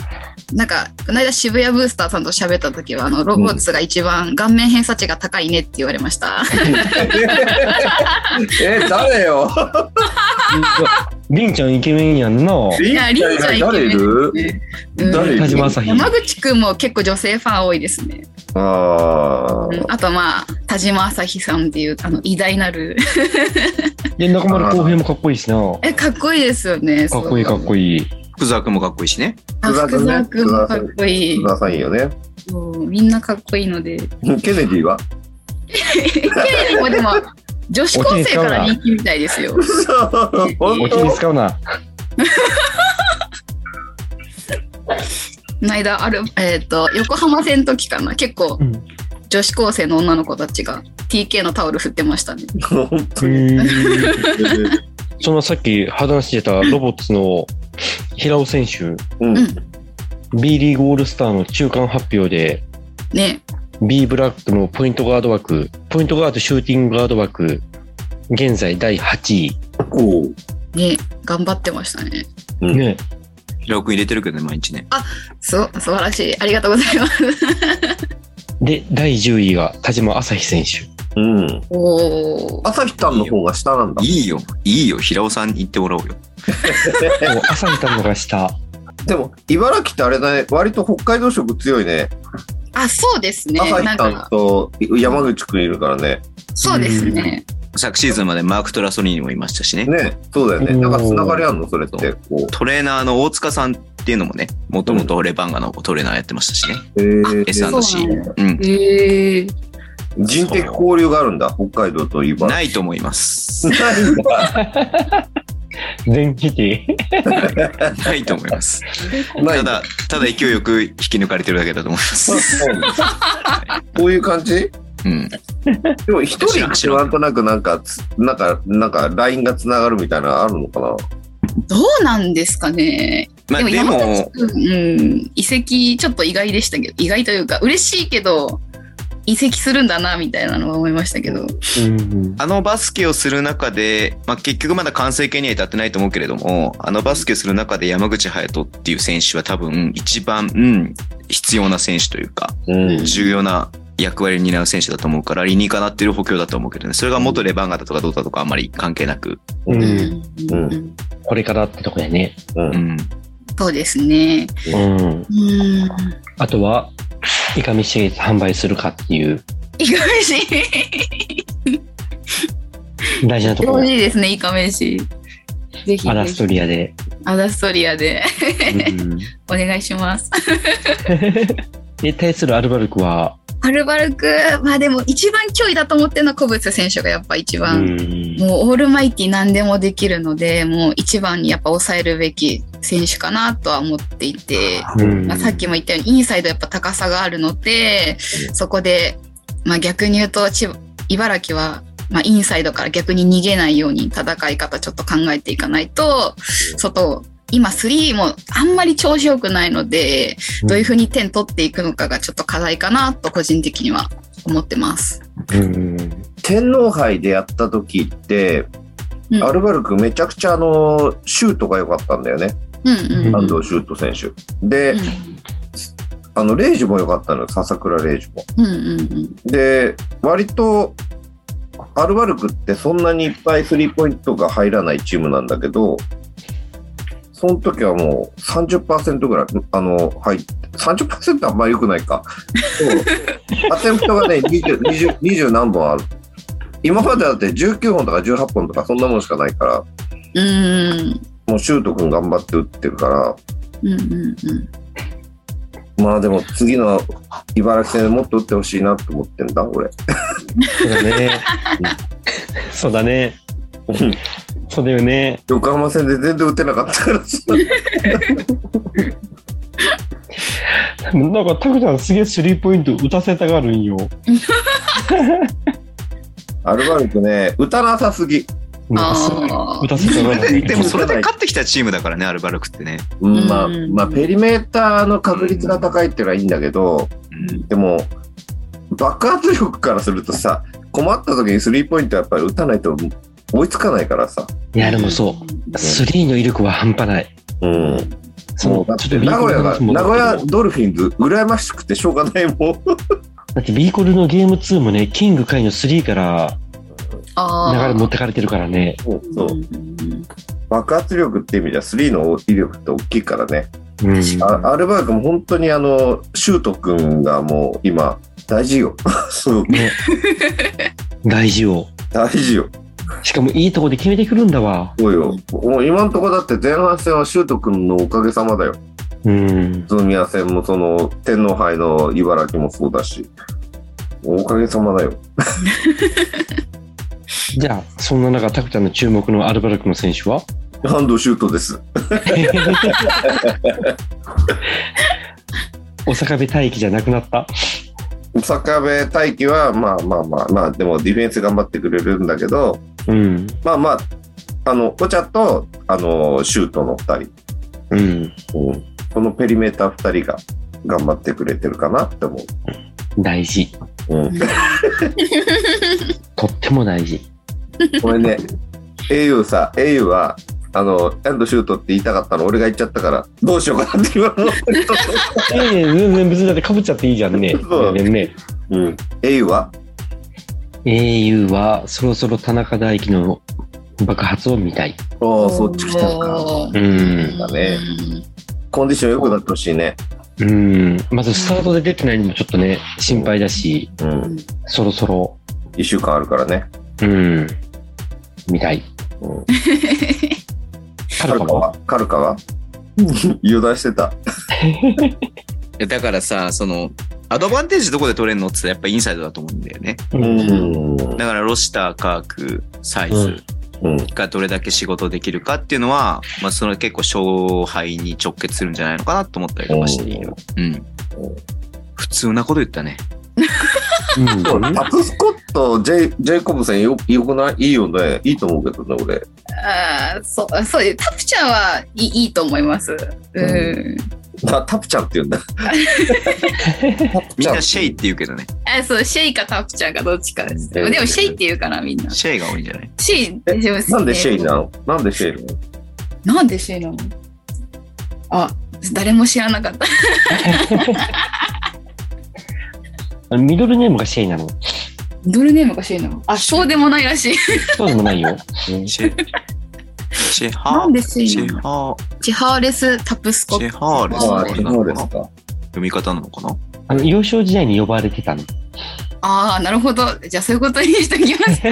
Speaker 4: なんか、この間渋谷ブースターさんと喋った時は、あの、ロボッツが一番顔面偏差値が高いねって言われました。
Speaker 2: え、誰よ
Speaker 1: りんちゃんイケメンやんな。
Speaker 2: りん
Speaker 4: いや、りんちゃんイケ
Speaker 2: 誰
Speaker 4: メ
Speaker 2: い
Speaker 4: ン
Speaker 2: る
Speaker 4: うん
Speaker 2: 誰いる
Speaker 1: 田島朝日。
Speaker 4: 山口くんも結構女性ファン多いですね。
Speaker 2: あ
Speaker 4: うんあとまあ、田島朝日さんっていう、あの、偉大なる。
Speaker 1: で、中丸浩平もかっこいいしな。か
Speaker 4: え、かっこいいですよね。
Speaker 1: っこいいかっこいい。
Speaker 3: 福沢君もかっこいいしね。
Speaker 4: あ福沢君もかっこい
Speaker 2: ー、
Speaker 4: い
Speaker 2: 津。田さんいいよね。
Speaker 4: そうみんなかっこいいので。
Speaker 2: ケネディは
Speaker 4: ケネディもでも、女子高生から人気みたいですよ。
Speaker 2: 嘘
Speaker 1: お
Speaker 2: 本
Speaker 1: 気に
Speaker 2: 当
Speaker 1: 使うな。
Speaker 4: この間ある、えっと横浜線の時かな結構
Speaker 1: うん
Speaker 4: 女子高生の女の子たちが TK のタオル振ってましたね。
Speaker 2: 本当に。
Speaker 1: そのさっき話してたロボッツの平尾選手、
Speaker 2: うん
Speaker 4: うん
Speaker 1: B リーグオールスターの中間発表で、
Speaker 4: ね
Speaker 1: B ブラックのポイントガード枠、ポイントガードシューティングガード枠、現在第8位。
Speaker 2: おう
Speaker 4: ね頑張ってましたね。
Speaker 2: うん
Speaker 1: ね、
Speaker 3: 平尾くん入れてるけどね、毎日ね。
Speaker 4: そう素晴らしいありがとうございます。
Speaker 1: で、第10位が田島朝日選手。
Speaker 2: うん。
Speaker 4: おお。
Speaker 2: 朝日さんの方が下なんだ
Speaker 3: い。いよ、いいよ、平尾さんに言ってもらおうよ。
Speaker 1: もう朝日さんのが下。
Speaker 2: でも、茨城ってあれだね、割と北海道色強いね。
Speaker 4: あそうですね。
Speaker 2: 朝
Speaker 4: な
Speaker 2: 日
Speaker 4: ん
Speaker 2: さん
Speaker 4: か
Speaker 2: と山口くんいるからね。
Speaker 4: そうですね。
Speaker 3: 昨シーズンまでマーク・トラソニーにもいましたしね。
Speaker 2: ね、そうだよね。
Speaker 1: うん
Speaker 2: なんかつながりあんのそれって。こ
Speaker 3: トレーナーの大塚さんっていうのもね、もともとレバンガのトレーナーやってましたしね。
Speaker 2: う。へー
Speaker 3: S&C
Speaker 4: そうなん
Speaker 3: うん。
Speaker 4: へえ
Speaker 2: 人的交流があるんだ、北海道と茨城。
Speaker 3: ないと思います。
Speaker 2: ないんだ。
Speaker 1: 全否定。
Speaker 3: ないと思います。
Speaker 2: ない
Speaker 3: た
Speaker 2: んだ。
Speaker 3: だ、ただ勢いよく引き抜かれてるだけだと思います。
Speaker 2: こういう感じ
Speaker 3: うん。
Speaker 2: でも一人ってなんとなくなんかつ、なんか、なんか、ラインがつながるみたいなのあるのかな
Speaker 4: どうなんですかね。
Speaker 3: まあ、
Speaker 4: でも
Speaker 3: で
Speaker 4: 山崎
Speaker 3: も、
Speaker 4: 君、うん、移籍ちょっと意外でしたけど意外というか嬉しいけど移籍するんだなみたいなのは思いましたけど。
Speaker 1: うん
Speaker 3: あのバスケをする中で、まあ、結局まだ完成形には至ってないと思うけれども、あのバスケをする中で山口隼人っていう選手は多分一番、うん、必要な選手というか、
Speaker 2: うん
Speaker 3: 重要な役割を担う選手だと思うから、理にかなってる補強だと思うけどね、それが元レバンガだとかどうだとかあんまり関係なく、
Speaker 1: う。
Speaker 4: うんん
Speaker 2: うん
Speaker 4: うん
Speaker 1: これからってとこだよね。
Speaker 3: うん、
Speaker 4: そうですね。
Speaker 1: うん。
Speaker 4: うん。
Speaker 1: あとは、いかみシリーズ販売するかっていう
Speaker 4: イカメシ。
Speaker 1: 大事なとこ
Speaker 4: 欲
Speaker 1: ろ。
Speaker 4: しいですね、イカメシ。ぜひ、
Speaker 1: アラストリアで。
Speaker 4: アダストリアで
Speaker 1: うん
Speaker 4: お願いします。
Speaker 1: で、対するアルバルクは、
Speaker 4: アルバルク、まあでも一番脅威だと思ってるのは小渕選手がやっぱ一
Speaker 1: う
Speaker 4: 番、
Speaker 1: ん
Speaker 4: もうオールマイティ何でもできるので、もう一番にやっぱ抑えるべき選手かなとは思っていて、
Speaker 1: うん
Speaker 4: まあ、さっきも言ったようにインサイドやっぱ高さがあるので、そこで、まあ、逆に言うと千葉茨城は、まあ、インサイドから逆に逃げないように戦い方ちょっと考えていかないと外を今3もあんまり調子良くないのでどういうふうに点取っていくのかがちょっと課題かなと個人的には思ってます。
Speaker 1: うん
Speaker 2: 天皇杯でやった時って、
Speaker 4: うん
Speaker 2: アルバルクめちゃくちゃあのシュートが良かったんだよね、
Speaker 4: うんうんうん
Speaker 2: 安藤シュート選手。で、あのレイジも良かったのよ、笹倉レイジも。
Speaker 4: うんうん
Speaker 2: で、割とアルバルクってそんなにいっぱいスリーポイントが入らないチームなんだけど、その時はもう30%ぐらい、あの、入って、30%あんまり良くないか。そう。アテンプトがね、20、20 20何本ある。今までだって19本とか18本とかそんなもんしかないから、
Speaker 4: うんうん
Speaker 2: もうシュート君頑張って打ってるから、
Speaker 4: うんうんうん
Speaker 2: まあでも次の茨城戦でもっと打ってほしいなと思ってんだ、俺。
Speaker 1: そうだね。 そうだね。そうだよね。
Speaker 2: 横浜戦で全然打てなかったから、
Speaker 1: なんか、タクちゃんすげえスリーポイント打たせたがるんよ。
Speaker 2: アルバルクね、打たなさすぎ。
Speaker 1: なんかすごい
Speaker 4: あー
Speaker 1: 打たせたがるんよ。
Speaker 3: でもそれで勝ってきたチームだからね、アルバルクってね。
Speaker 2: うんまあ、
Speaker 4: うん
Speaker 2: まあ、ペリメーターの確率が高いっていうのはいいんだけど、
Speaker 3: うん
Speaker 2: でも、爆発力からするとさ、困った時にスリーポイントやっぱり打たないと追いつかないからさ。
Speaker 1: いや、でもそう。スリーの威力は半端ない。
Speaker 2: うん。
Speaker 1: そ
Speaker 2: もうだ
Speaker 1: の
Speaker 2: っ
Speaker 1: ちょってとビ
Speaker 2: 名
Speaker 1: ーコ
Speaker 2: 古
Speaker 1: ルの
Speaker 2: 屋が、
Speaker 1: 話も
Speaker 2: 名古屋
Speaker 1: だ
Speaker 2: ドルフィンズ、羨ましくてしょうがないもん。
Speaker 1: ってビーコルのゲーム2もね、キング回の3から
Speaker 4: あー
Speaker 1: 流れ持ってかれてるからね。
Speaker 2: そうそうう。
Speaker 4: んうんうん
Speaker 2: 爆発力って意味じゃ、スリーの威力って大きいからね。
Speaker 1: うん
Speaker 2: あアルバルクも本当にあの、シュート君がもう今、大事よ。 すごく
Speaker 1: ね大事を。
Speaker 2: 大事よ。
Speaker 1: しかもいいとこで決めてくるんだわ。
Speaker 2: そうよ。もう今のところだって前半戦はシュート君のおかげさまだよ。
Speaker 1: うん。
Speaker 2: 宇都宮戦もその天皇杯の茨城もそうだし。おかげさまだよ。
Speaker 1: じゃあ、そんな中、タクちゃんの注目のアルバルクの選手は
Speaker 2: ハンドシュートです。
Speaker 1: お坂部大輝じゃなくなった
Speaker 2: 坂部大輝は、まあまあまあ、まあ、でもディフェンス頑張ってくれるんだけど、
Speaker 1: うん。
Speaker 2: まあまあ、あの、お茶と、あの、シュートの2人、
Speaker 1: うん。
Speaker 2: うん、このペリメーター2人が頑張ってくれてるかなって思
Speaker 1: 大事。
Speaker 2: う。うん、
Speaker 1: とっても大事。
Speaker 2: これね、英雄さ、英雄は、あの、エンドシュートって言いたかったの、俺が言っちゃったから、どうしようかなって今思ってる。
Speaker 1: いやいや、全然別にだってかぶっちゃっていいじゃんね。
Speaker 2: そう
Speaker 1: 全然ね。
Speaker 2: うん、英雄は
Speaker 1: 英雄はそろそろ田中大輝の爆発を見たい。
Speaker 2: ああ、そっち来たのか。
Speaker 4: おー
Speaker 1: うん。
Speaker 2: だねコンディション良くなってほしいね。
Speaker 1: うん。まずスタートで出てないのもちょっとね、心配だし、
Speaker 2: うん、
Speaker 1: そろそろ、
Speaker 2: 1週間あるからね。
Speaker 1: うん。見たい。
Speaker 2: うん、
Speaker 1: カ
Speaker 2: カ
Speaker 1: ル
Speaker 2: ル
Speaker 1: カ
Speaker 2: カ
Speaker 1: は
Speaker 2: はカルカは油断してた。
Speaker 3: やだからさ、その、アドバンテージどこで取れるのって言ったらやっぱインサイドだと思うんだよね。
Speaker 1: う。
Speaker 2: うんん。
Speaker 3: だからロシター、カーク、サイ
Speaker 1: う
Speaker 3: ズ
Speaker 1: ん
Speaker 2: うん。
Speaker 3: がどれだけ仕事できるかっていうのは、まあその結構勝敗に直結するんじゃないのかなと思ったりとかしているよ。うん
Speaker 2: うん。
Speaker 3: 普通なこと言ったね。
Speaker 1: うん
Speaker 2: タプスコット、ジェイジェイコブさんよよくないいいよね。いいと思うけどね、俺。
Speaker 4: あーそうそうですタプちゃんはいいいいと思います。うん。
Speaker 2: あ タプちゃんって言うんだ。タプ
Speaker 3: み
Speaker 2: ち
Speaker 3: ん
Speaker 2: ゃん
Speaker 3: なシェイって言うけどね。
Speaker 4: あそうシェイかタプちゃんかどっちかです。
Speaker 2: う
Speaker 4: で
Speaker 2: ん
Speaker 4: もシェイって言うからみんな。
Speaker 3: シェイが多いんじゃない
Speaker 4: シェイ大丈夫です
Speaker 2: なんでシェイなのなんでシェイなの
Speaker 4: なんでシェイなのあ誰も知らなかった。
Speaker 1: あのミドルネームがシェイなの。
Speaker 4: ドルネームがシェイなのあそうでもないらしい。
Speaker 1: そうでもないよ。
Speaker 3: シェイ。 シェ
Speaker 4: な
Speaker 3: ハ
Speaker 4: ん
Speaker 3: ー。
Speaker 4: でシェイ
Speaker 3: シ
Speaker 4: な
Speaker 3: ェ
Speaker 4: の
Speaker 3: ハ
Speaker 4: チハーレスタプス
Speaker 3: ー。
Speaker 4: コ
Speaker 3: シェハーレス
Speaker 2: ああ、そ
Speaker 3: なの
Speaker 2: う
Speaker 3: か
Speaker 2: です
Speaker 3: な
Speaker 2: か。
Speaker 3: 読み方なのかな
Speaker 1: あの、幼少時代に呼ばれてたの。
Speaker 4: ああなるほどじゃあそういうことにしておきます。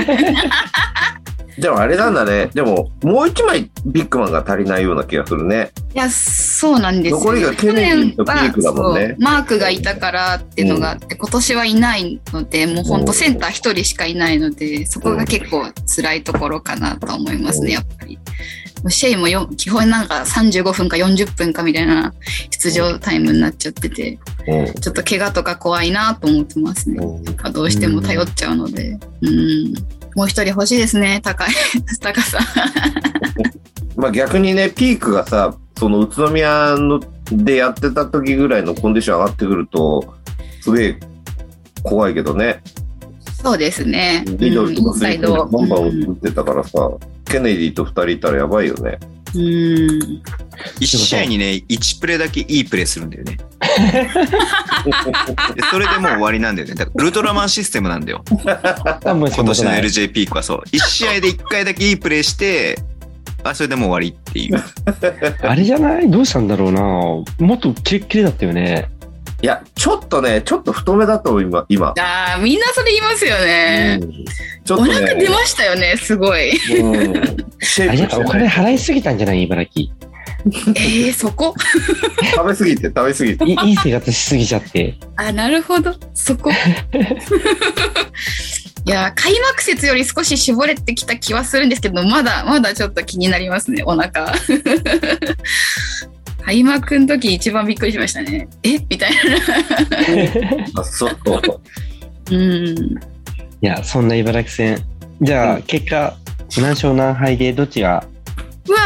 Speaker 2: でもあれなんだね。でも、もう一枚ビッグマンが足りないような気がするね。
Speaker 4: いや、そうなんですよ。
Speaker 2: 残りがケネディとピークだもんね
Speaker 4: 去年はそうマークがいたからっていうのがあって、今年はいないので、もう本当センター一人しかいないので、そこが結構辛いところかなと思いますね、やっぱり。もうシェイもよ基本なんか35分か40分かみたいな出場タイムになっちゃってて、
Speaker 2: うん。
Speaker 4: ちょっと怪我とか怖いなと思ってますね。
Speaker 2: うん
Speaker 4: どうしても頼っちゃうので。うん。もう一人欲しいですね、高い。高さ。
Speaker 2: まあ逆にね、ピークがさ、その宇都宮のでやってた時ぐらいのコンディション上がってくると、すげえ怖いけどね。
Speaker 4: そうですね。
Speaker 2: リドルと
Speaker 4: うんイ
Speaker 2: か
Speaker 4: ン
Speaker 2: ス
Speaker 4: サ
Speaker 2: リ
Speaker 4: イ
Speaker 2: ーポイ
Speaker 4: ド。
Speaker 2: ントバンバン
Speaker 4: うん
Speaker 2: 打ってたからさ、ケネディと2人いたらやばいよね。
Speaker 4: うん。
Speaker 3: 1試合にね、1プレーだけいいプレーするんだよね。でそれでもう終わりなんだよね。だからウルトラマンシステムなん だよ。
Speaker 1: あもう
Speaker 3: 今年の
Speaker 1: ない
Speaker 3: LJ ピークはそう。1試合で1回だけいいプレーして、あ、それでもう終わりっていう。
Speaker 1: あれじゃないどうしたんだろうな。もっとキレッキレだったよね。
Speaker 2: いや、ちょっとね、ちょっと太めだと思う、今。今
Speaker 4: あーみんなそれ言いますよね。
Speaker 2: うんちょっ
Speaker 4: お
Speaker 2: と
Speaker 4: 腹出
Speaker 2: ね、
Speaker 4: ましたよね、すごい。
Speaker 2: うん、シェ
Speaker 1: あれ
Speaker 2: イ
Speaker 1: だ
Speaker 2: プ
Speaker 1: お
Speaker 2: して
Speaker 1: 金
Speaker 2: ね
Speaker 1: 払いすぎたんじゃない茨城。
Speaker 4: えー、そこ
Speaker 2: 食べ過ぎて、食べ過ぎて。
Speaker 1: いいい生活しすぎちゃって。
Speaker 4: あ、なるほど、そ こ。いやー、開幕節より少し絞れてきた気はするんですけど、まだまだちょっと気になりますね、お腹。 開幕の時一番びっくりしましたね。えみたいな。
Speaker 2: あ そう
Speaker 4: うん。
Speaker 1: いや、そんな茨城戦。じゃあ、結果、何勝何敗でどっちが、
Speaker 4: うわ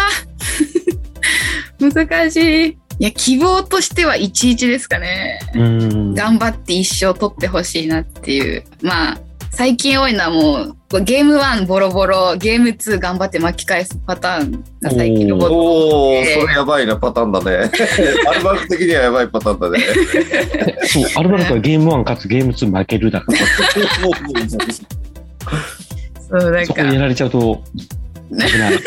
Speaker 4: ー難しい。いや、希望としては11ですかね。
Speaker 1: うーん。
Speaker 4: 頑張って一生取ってほしいなっていうまあ最近多いのはもうゲーム1ボロボロゲーム2頑張って巻き返すパターンが最近のボト
Speaker 2: おー、それやばいな、パターンだ ね。アルバム的にはやばいパターンだね。
Speaker 1: そう、アルバルクはゲーム1勝つ、ゲーム2負けるだから、
Speaker 4: そうなん
Speaker 1: そこ
Speaker 4: か
Speaker 1: にや
Speaker 4: い
Speaker 1: られちゃうと、危ない。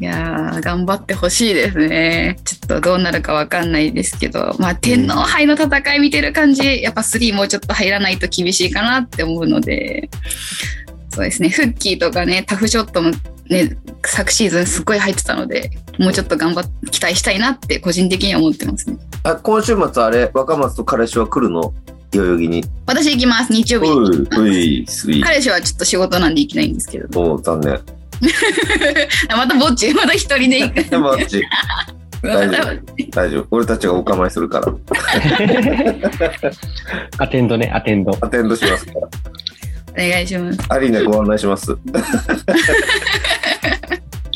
Speaker 4: やー頑張ってほしいですねちょっとどうなるかわかんないですけどまあ天皇杯の戦い見てる感じやっぱ3もうちょっと入らないと厳しいかなって思うのでそうですねフッキーとかねタフショットもね昨シーズンすっごい入ってたのでもうちょっと頑張って期待したいなって個人的には思ってますね
Speaker 2: あ今週末あれ若松と彼氏は来るの代々木に。
Speaker 4: 私行きます、日曜日。
Speaker 2: ういうい、すい。
Speaker 4: 彼氏はちょっと仕事なんで行けないんですけど。
Speaker 2: おう、残念。
Speaker 4: またぼっち、 また一人で行 く。
Speaker 2: でもあっち、大丈夫。大丈夫。俺たちがお構いするから。
Speaker 1: アテンドね、アテンド。
Speaker 2: アテンドしますから。
Speaker 4: お願いします。
Speaker 2: アリーナご案内します。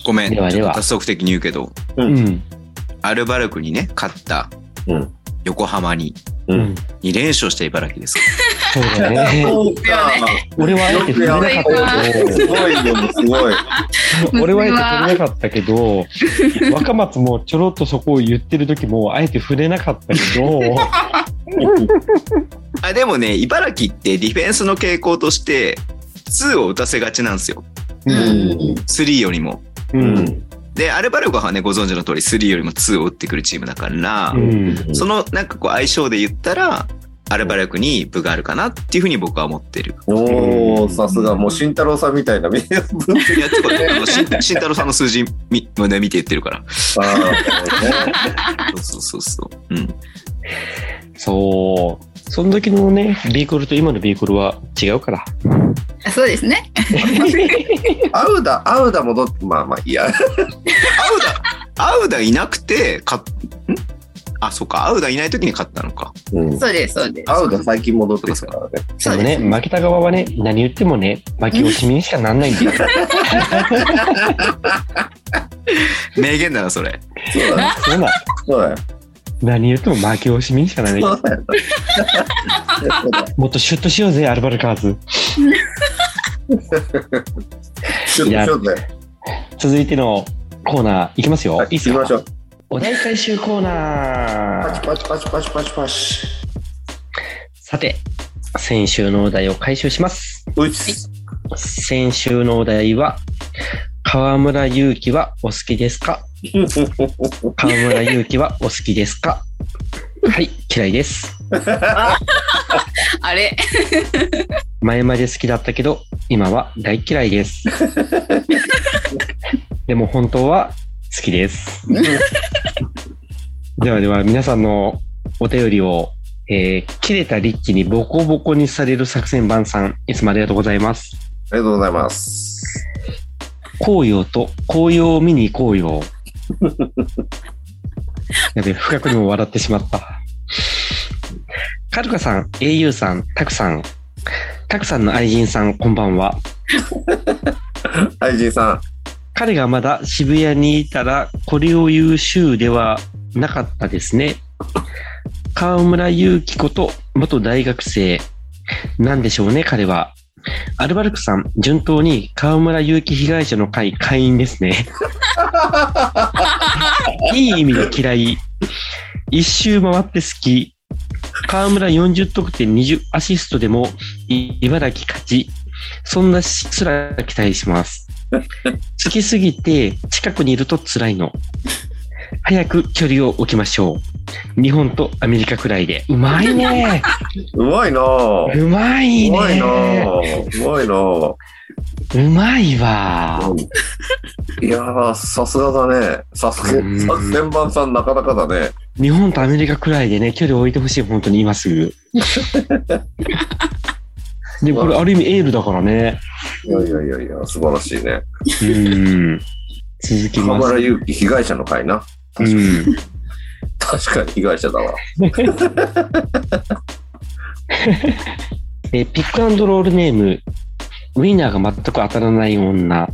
Speaker 3: ごめん、
Speaker 1: ではでは
Speaker 3: ちょっと脱足的に言うけど、
Speaker 1: うん。
Speaker 3: アルバルクにね、勝った
Speaker 2: うん
Speaker 3: 横浜に
Speaker 2: う
Speaker 1: うん
Speaker 2: ん。。
Speaker 3: 2連勝して茨城です。
Speaker 1: そうだね。
Speaker 2: そうか。
Speaker 1: 俺はあえて触れなかったけど。
Speaker 2: すごいでもすごい。
Speaker 1: 俺はあえて触れなかったけど、若松もちょろっとそこを言ってる時も、あえて触れなかったけど、
Speaker 3: あでもね、茨城ってディフェンスの傾向として、2を打たせがちなんですよ。
Speaker 1: う
Speaker 4: うん
Speaker 1: ん、
Speaker 3: 3よりも。
Speaker 1: う、
Speaker 2: うんん。
Speaker 3: で、アルバルクはね、ご存知の通り3よりも2を打ってくるチームだから、
Speaker 1: うん、
Speaker 3: そのなんかこう相性で言ったら、アルバルクに部があるかなっていうふうに僕は思ってる。
Speaker 2: おお、さすが、もう慎太郎さんみたい な。みんな、ぶっ
Speaker 3: いや、てか、あのし慎太郎さんの数字み、ね、見て言ってるから。
Speaker 2: さー
Speaker 3: そうそうそうそう。うん。
Speaker 1: そう、その時のね、ビーコルと今のビーコルは違う から。
Speaker 4: あそうですね。
Speaker 2: アウダ、アウダ戻って、まあまあ、いいや。
Speaker 3: アウダ、アウダいなくて、か、んあ、そうか、アウダいない時に勝ったのか。
Speaker 2: うん
Speaker 4: そうです、そうです。
Speaker 2: アウダ最近戻ってきたからね。
Speaker 1: で
Speaker 4: そう
Speaker 1: もね、
Speaker 4: です。
Speaker 1: 負けた側はね、何言ってもね、負け惜しみにしかなんないん だよ。
Speaker 3: 名言だな、それ。
Speaker 2: そうだね。
Speaker 1: そうだ、
Speaker 2: そうだよ。
Speaker 1: 何言っても負け惜しみにしかなんない。
Speaker 2: そうだよ。そうだよ
Speaker 1: もっとシュッとしようぜ、アルバルカーズ。
Speaker 2: ちょっと、ちょっとね。
Speaker 1: 続いてのコーナーいきますよ。
Speaker 2: はい
Speaker 1: い
Speaker 2: 行
Speaker 1: っす
Speaker 2: き
Speaker 1: か
Speaker 2: ましょう。
Speaker 1: お題回収コーナ
Speaker 2: パ
Speaker 1: ー
Speaker 2: チ。パチパチパチパチパチ。
Speaker 1: さて、先週のお題を回収します。
Speaker 2: うっす。
Speaker 1: 先週のお題は、河村勇輝はお好きですか河村勇輝はお好きですかはい、嫌いです。
Speaker 4: あれ
Speaker 1: 前まで好きだったけど、今は大嫌いです。でも本当は好きです。 ではでは皆さんのお便りを、えー切れたリッキーにボコボコにされる作戦番さん、いつもありがとうございます。
Speaker 2: ありがとうございます。
Speaker 1: 紅葉と紅葉を見に行こうよ。 やべ、深くにも笑ってしまった。カルカさん、au さん、タクさん。タクさんの愛人さん、こんばんは。
Speaker 2: 愛人さん。
Speaker 1: 彼がまだ渋谷にいたら、これを言う週ではなかったですね。河村祐樹こと、元大学生。なんでしょうね、彼は。アルバルクさん、順当に河村祐樹被害者の会会員ですね。いい意味で嫌い。一周回って好き。河村40得点20アシストでもい茨城勝ち。そんなしすら期待します。好きすぎて近くにいると辛いの。早く距離を置きましょう。日本とアメリカくらいで。うまいね。
Speaker 2: うまいなぁ。
Speaker 1: うまいう
Speaker 2: まいな
Speaker 1: ね。
Speaker 2: ぁ。うまいなぁ。
Speaker 1: うまいわ。
Speaker 2: いやー、さすがだね。さすが、
Speaker 1: うん
Speaker 2: 作戦番さんなかなかだね。
Speaker 1: 日本とアメリカくらいでね、距離を置いてほしい、本当に今す ぐ。で、これある意味エールだからね。
Speaker 2: いやいやいやいや、素晴らしいね。
Speaker 1: うん。続き
Speaker 2: 河
Speaker 1: ます。
Speaker 2: 原勇輝、被害者の会な。
Speaker 1: うん。
Speaker 2: 確かに被害者だわ。
Speaker 1: えーピックアンドロールネーム、ウィナーが全く当たらない女、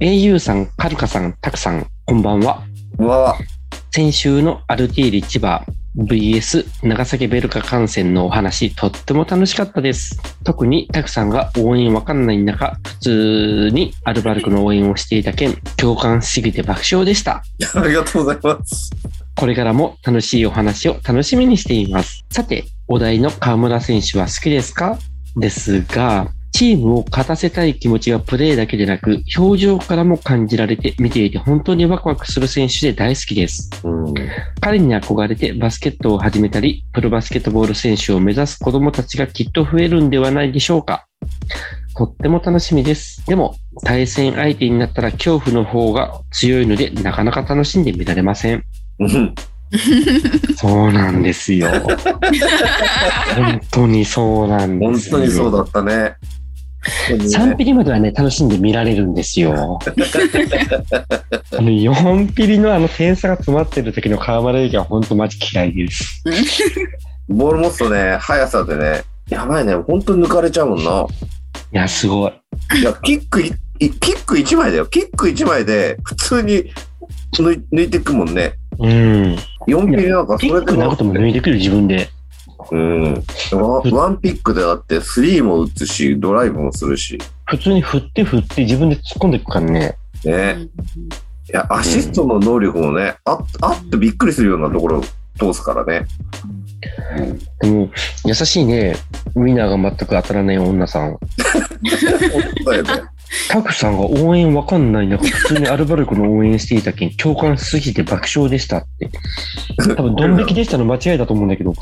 Speaker 1: au さん、カルカさん、タクさん、こんばんは。
Speaker 2: うわぁ。
Speaker 1: 先週のアルティーリ千葉 VS 長崎ベルカ観戦のお話、とっても楽しかったです。特にタクさんが応援わかんない中、普通にアルバルクの応援をしていた件、共感しすぎて爆笑でした。
Speaker 2: ありがとうございます。
Speaker 1: これからも楽しいお話を楽しみにしています。さて、お題の河村選手は好きですかですが、チームを勝たせたい気持ちがプレーだけでなく、表情からも感じられて見ていて本当にワクワクする選手で大好きです。
Speaker 2: うん。
Speaker 1: 彼に憧れてバスケットを始めたり、プロバスケットボール選手を目指す子供たちがきっと増えるんではないでしょうか。とっても楽しみです。でも、対戦相手になったら恐怖の方が強いので、なかなか楽しんで見られません。
Speaker 2: うん
Speaker 1: そうなんですよ。本当にそうなんで
Speaker 2: 本
Speaker 1: すよ。
Speaker 2: 当にそうだったね。
Speaker 1: 3ピリまではね、楽しんで見られるんです よ。あの、4ピリのあの点差が詰まってる時の河村ゆきは本当マジ嫌いです。
Speaker 2: ボール持つとね、速さでね、やばいね、本当に抜かれちゃうもんな。
Speaker 1: いや、すごい。
Speaker 2: いや、キックい、いキック1枚だよ。キック1枚で、普通に抜い抜いていくもんね。
Speaker 1: うん。
Speaker 2: 4ピリなんかそ
Speaker 1: ピ
Speaker 2: れ
Speaker 1: ッ
Speaker 2: で
Speaker 1: クなくても抜いてくる自分で。
Speaker 2: うん。ワンワンピックでだって、スリーも打つし、ドライブもするし。
Speaker 1: 普通に振って振って自分で突っ込んでいくからね。
Speaker 2: ね。いや、アシストの能力もね、ああってびっくりするようなところを通すからね。
Speaker 1: でも、優しいね。ウィナーが全く当たらない女さん。
Speaker 2: そ うやね。
Speaker 1: タクさんが応援わかんない中、普通にアルバルクの応援していた件、共感しすぎて爆笑でした って。多分、ドン引きでしたの間違いだと思うんだけど。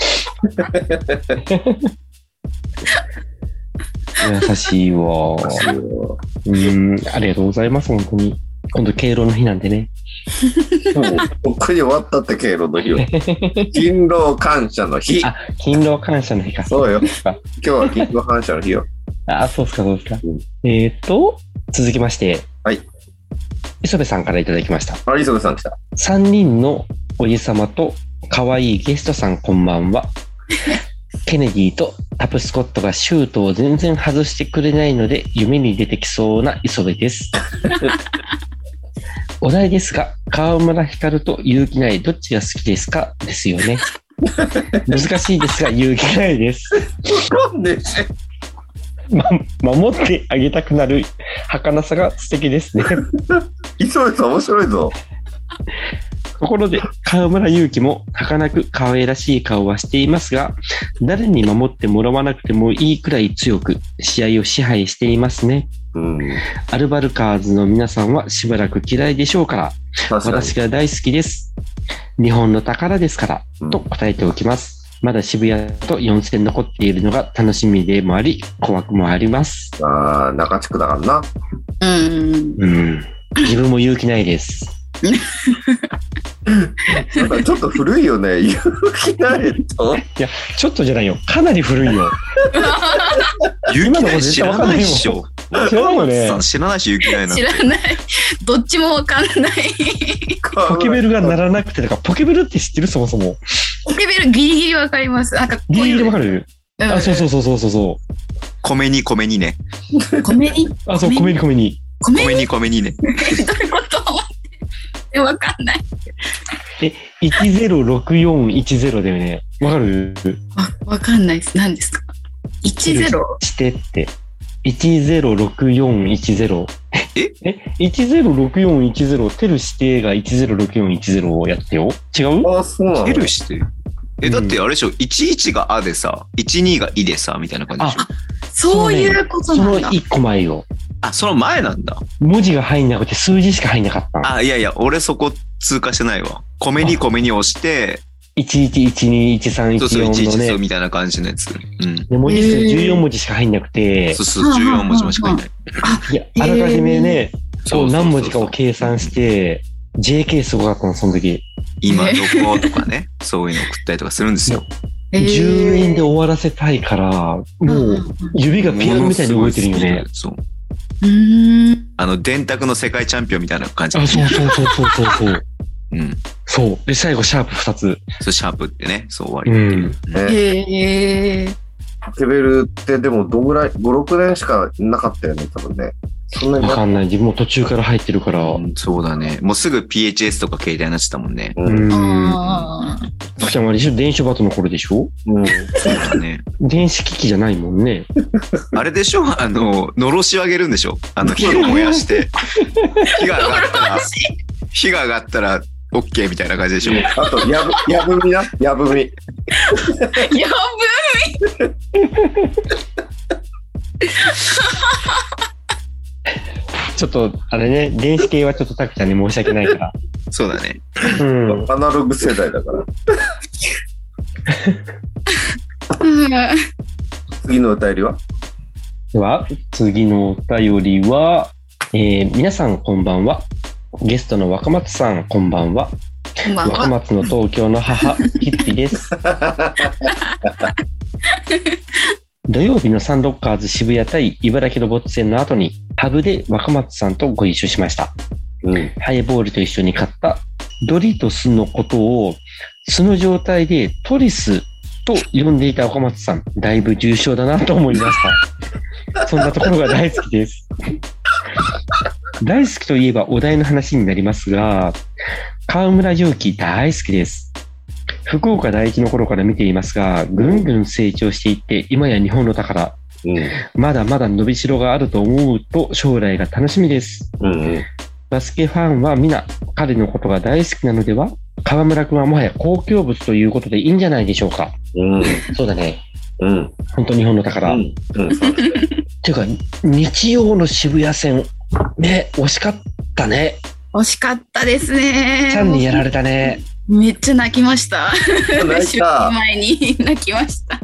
Speaker 1: 優しいわ。うん、ありがとうございます、本当に。今度、敬老の日なんでね。
Speaker 2: もう、とっくに終わったって、経路の日は。勤労感謝の日。
Speaker 1: あ、勤労感謝の日か。
Speaker 2: そうよ。
Speaker 1: あ
Speaker 2: 今日は勤労感謝の日よ。
Speaker 1: あ、そうっすか、そうっすか
Speaker 2: うん。
Speaker 1: えーっと、続きまして。
Speaker 2: はい。
Speaker 1: 磯部さんからいただきました。
Speaker 2: あ、磯部さん来た。
Speaker 1: 3人のおじさまと可愛いゲストさんこんばんは。ケネディとタプスコットがシュートを全然外してくれないので夢に出てきそうな磯部です。お題ですが、川村光と結城内どっちが好きですかですよね。難しいですが結城内です。
Speaker 2: なんでし
Speaker 1: ま、守ってあげたくなる儚さが素敵ですね。
Speaker 2: 磯部さん面白いぞ。
Speaker 1: ところで、河村勇輝も儚く可愛らしい顔はしていますが、誰に守ってもらわなくてもいいくらい強く、試合を支配していますね。
Speaker 2: うん。
Speaker 1: アルバルカーズの皆さんはしばらく嫌いでしょうから、
Speaker 2: 確かに
Speaker 1: 私。が大好きです。日本の宝ですから、
Speaker 2: うん
Speaker 1: と答えておきます。まだ渋谷と4戦残っているのが楽しみでもあり、怖くもあります。
Speaker 2: ああ、中地区だからな。
Speaker 4: うん。
Speaker 1: うん。自分も勇気ないです。
Speaker 2: なんかちょっと古いよね。 勇気ないと。
Speaker 1: ちょっとじゃないよ。かなり古い よ。
Speaker 3: ゆう
Speaker 1: 今
Speaker 3: き
Speaker 1: の子
Speaker 3: ない
Speaker 1: 絶
Speaker 3: 知
Speaker 1: 対わ
Speaker 3: ら
Speaker 1: かん
Speaker 3: な
Speaker 1: ない
Speaker 3: い
Speaker 1: もん
Speaker 3: っしょ。
Speaker 1: 知らないよね
Speaker 3: さん知らないし、ゆうきないなん
Speaker 4: 知
Speaker 3: て。
Speaker 4: らない。どっちもわかんない。
Speaker 1: ポケベルが鳴
Speaker 2: る。
Speaker 1: らなくてとか、ポケベルって知ってるそもそも。
Speaker 4: ポケベルギリギリわかります。なんかこう
Speaker 1: ギリギリわか
Speaker 4: る。
Speaker 1: る
Speaker 4: うん
Speaker 1: あ、そうそうそうそうそうそう。
Speaker 3: 米に米にね。
Speaker 4: 米に
Speaker 1: あ、そう、
Speaker 4: ご
Speaker 1: 米
Speaker 4: め
Speaker 1: に米に。
Speaker 4: 米に
Speaker 3: 米に米にね。
Speaker 4: どういうことえ、わかんない。
Speaker 1: 106410だよね。わかる
Speaker 4: わ、わかんないです。何ですか ?10?
Speaker 1: してって。106410。
Speaker 3: え
Speaker 1: え ?106410、テル指定が106410をやってよ。違う
Speaker 2: ああ、そうなの
Speaker 3: ヘルして。
Speaker 1: う
Speaker 3: え、
Speaker 1: ん
Speaker 3: だってあれでしょ、11があでさ、12がいでさ、みたいな感じでしょ。
Speaker 4: そういうこと
Speaker 1: そ
Speaker 4: な
Speaker 1: の
Speaker 4: んだ。
Speaker 1: 1個前よ。
Speaker 3: あ、その前なんだ。
Speaker 1: 文字が入んなくて数字しか入んなかったの。
Speaker 3: あ、いやいや、俺そこ通過してないわ。米に米に押して、
Speaker 1: 11121314
Speaker 3: そうそう、11
Speaker 1: の
Speaker 3: そう
Speaker 1: ね。
Speaker 3: みたいな感じのやつ。うん。
Speaker 1: で文字数
Speaker 4: へー
Speaker 1: 14文字しか入んなくて
Speaker 3: そう。そう、14文字もしかいない。
Speaker 1: いや、あらかじめね、
Speaker 3: そ
Speaker 1: そう
Speaker 3: うそうそうそう
Speaker 1: 何文字かを計算して、JK すごかったの、その時。
Speaker 3: 今どことかね、そういうの送ったりとかするんですよ。
Speaker 4: えー
Speaker 1: 10円で終わらせたいから、も
Speaker 4: ん
Speaker 1: う指がピアノみたいに動いてるよね
Speaker 3: ものすご。いスピードでそう。
Speaker 4: うん。う
Speaker 3: あの、電卓の世界チャンピオンみたいな感じ。
Speaker 1: あ、そうそうそうそうそうそう。
Speaker 3: うん。
Speaker 1: そう。 で、最後、シャープ2つ。
Speaker 3: そう、シャープってね、そう終わりっていう。うん
Speaker 4: ー
Speaker 2: ね
Speaker 4: ん。へえ。
Speaker 2: ポケベルってでもどんぐらい、5、6年しかなかったよね、多分ね。そんなに
Speaker 1: わ
Speaker 2: な
Speaker 1: かんない。自分も途中から入ってるから。
Speaker 3: うんそうだね。もうすぐ PHS とか携帯になっちゃったもんね。
Speaker 1: う。
Speaker 2: うんん。
Speaker 1: そ
Speaker 4: あー
Speaker 1: したらあれでしょ電子バトの頃でしょ
Speaker 2: うん。
Speaker 3: そうだね。
Speaker 1: 電子機器じゃないもんね。
Speaker 3: あれでしょあの、のろし上げるんでしょあの、火を燃やして。火が上がったら、火が上がったら、OK みたいな感じでしょ
Speaker 2: あと、やぶ、やぶみな。やぶみ。
Speaker 4: や
Speaker 1: ちょっと、あれね、電子系はちょっとタクちゃんに申し訳ないから。
Speaker 3: そうだね。
Speaker 1: うん。
Speaker 2: アナログ世代だから。
Speaker 4: ぶうん
Speaker 2: 次のお便りは
Speaker 1: では、次のお便りは、えー皆さんこんばんは。ゲストの若松さんこんばんは。
Speaker 4: こんばん
Speaker 1: 若
Speaker 4: は。
Speaker 1: 松の東京の母、ヒッピー です。土曜日のサンロッカーズ渋谷対茨城ロボッツ戦の後に、ハブで若松さんとご一緒しました。
Speaker 2: うん。
Speaker 1: ハイボールと一緒に買ったドリトスのことを、素の状態でトリスと呼んでいた若松さん、だいぶ重症だなと思いました。 そんなところが大好きです。 大好きといえばお題の話になりますが、河村蒸気大好きです。福岡第一の頃から見ていますが、ぐんぐん成長していって、今や日本の宝、
Speaker 2: うん。
Speaker 1: まだまだ伸びしろがあると思うと将来が楽しみです。
Speaker 2: うん。
Speaker 1: バスケファンは皆彼のことが大好きなのでは河村君はもはや公共物ということでいいんじゃないでしょうか
Speaker 2: うん。
Speaker 1: そうだね。
Speaker 2: うん。
Speaker 1: 本当日本の宝。
Speaker 2: う
Speaker 1: っ
Speaker 2: ん。うん。
Speaker 1: ていうか、日曜の渋谷戦、ね、惜しかったね。
Speaker 4: 惜しかったですね。
Speaker 1: ちゃんにやられたね。
Speaker 4: めっちゃ泣きました。
Speaker 2: 泣い
Speaker 4: 出勤
Speaker 2: た。
Speaker 4: 前に 泣きました。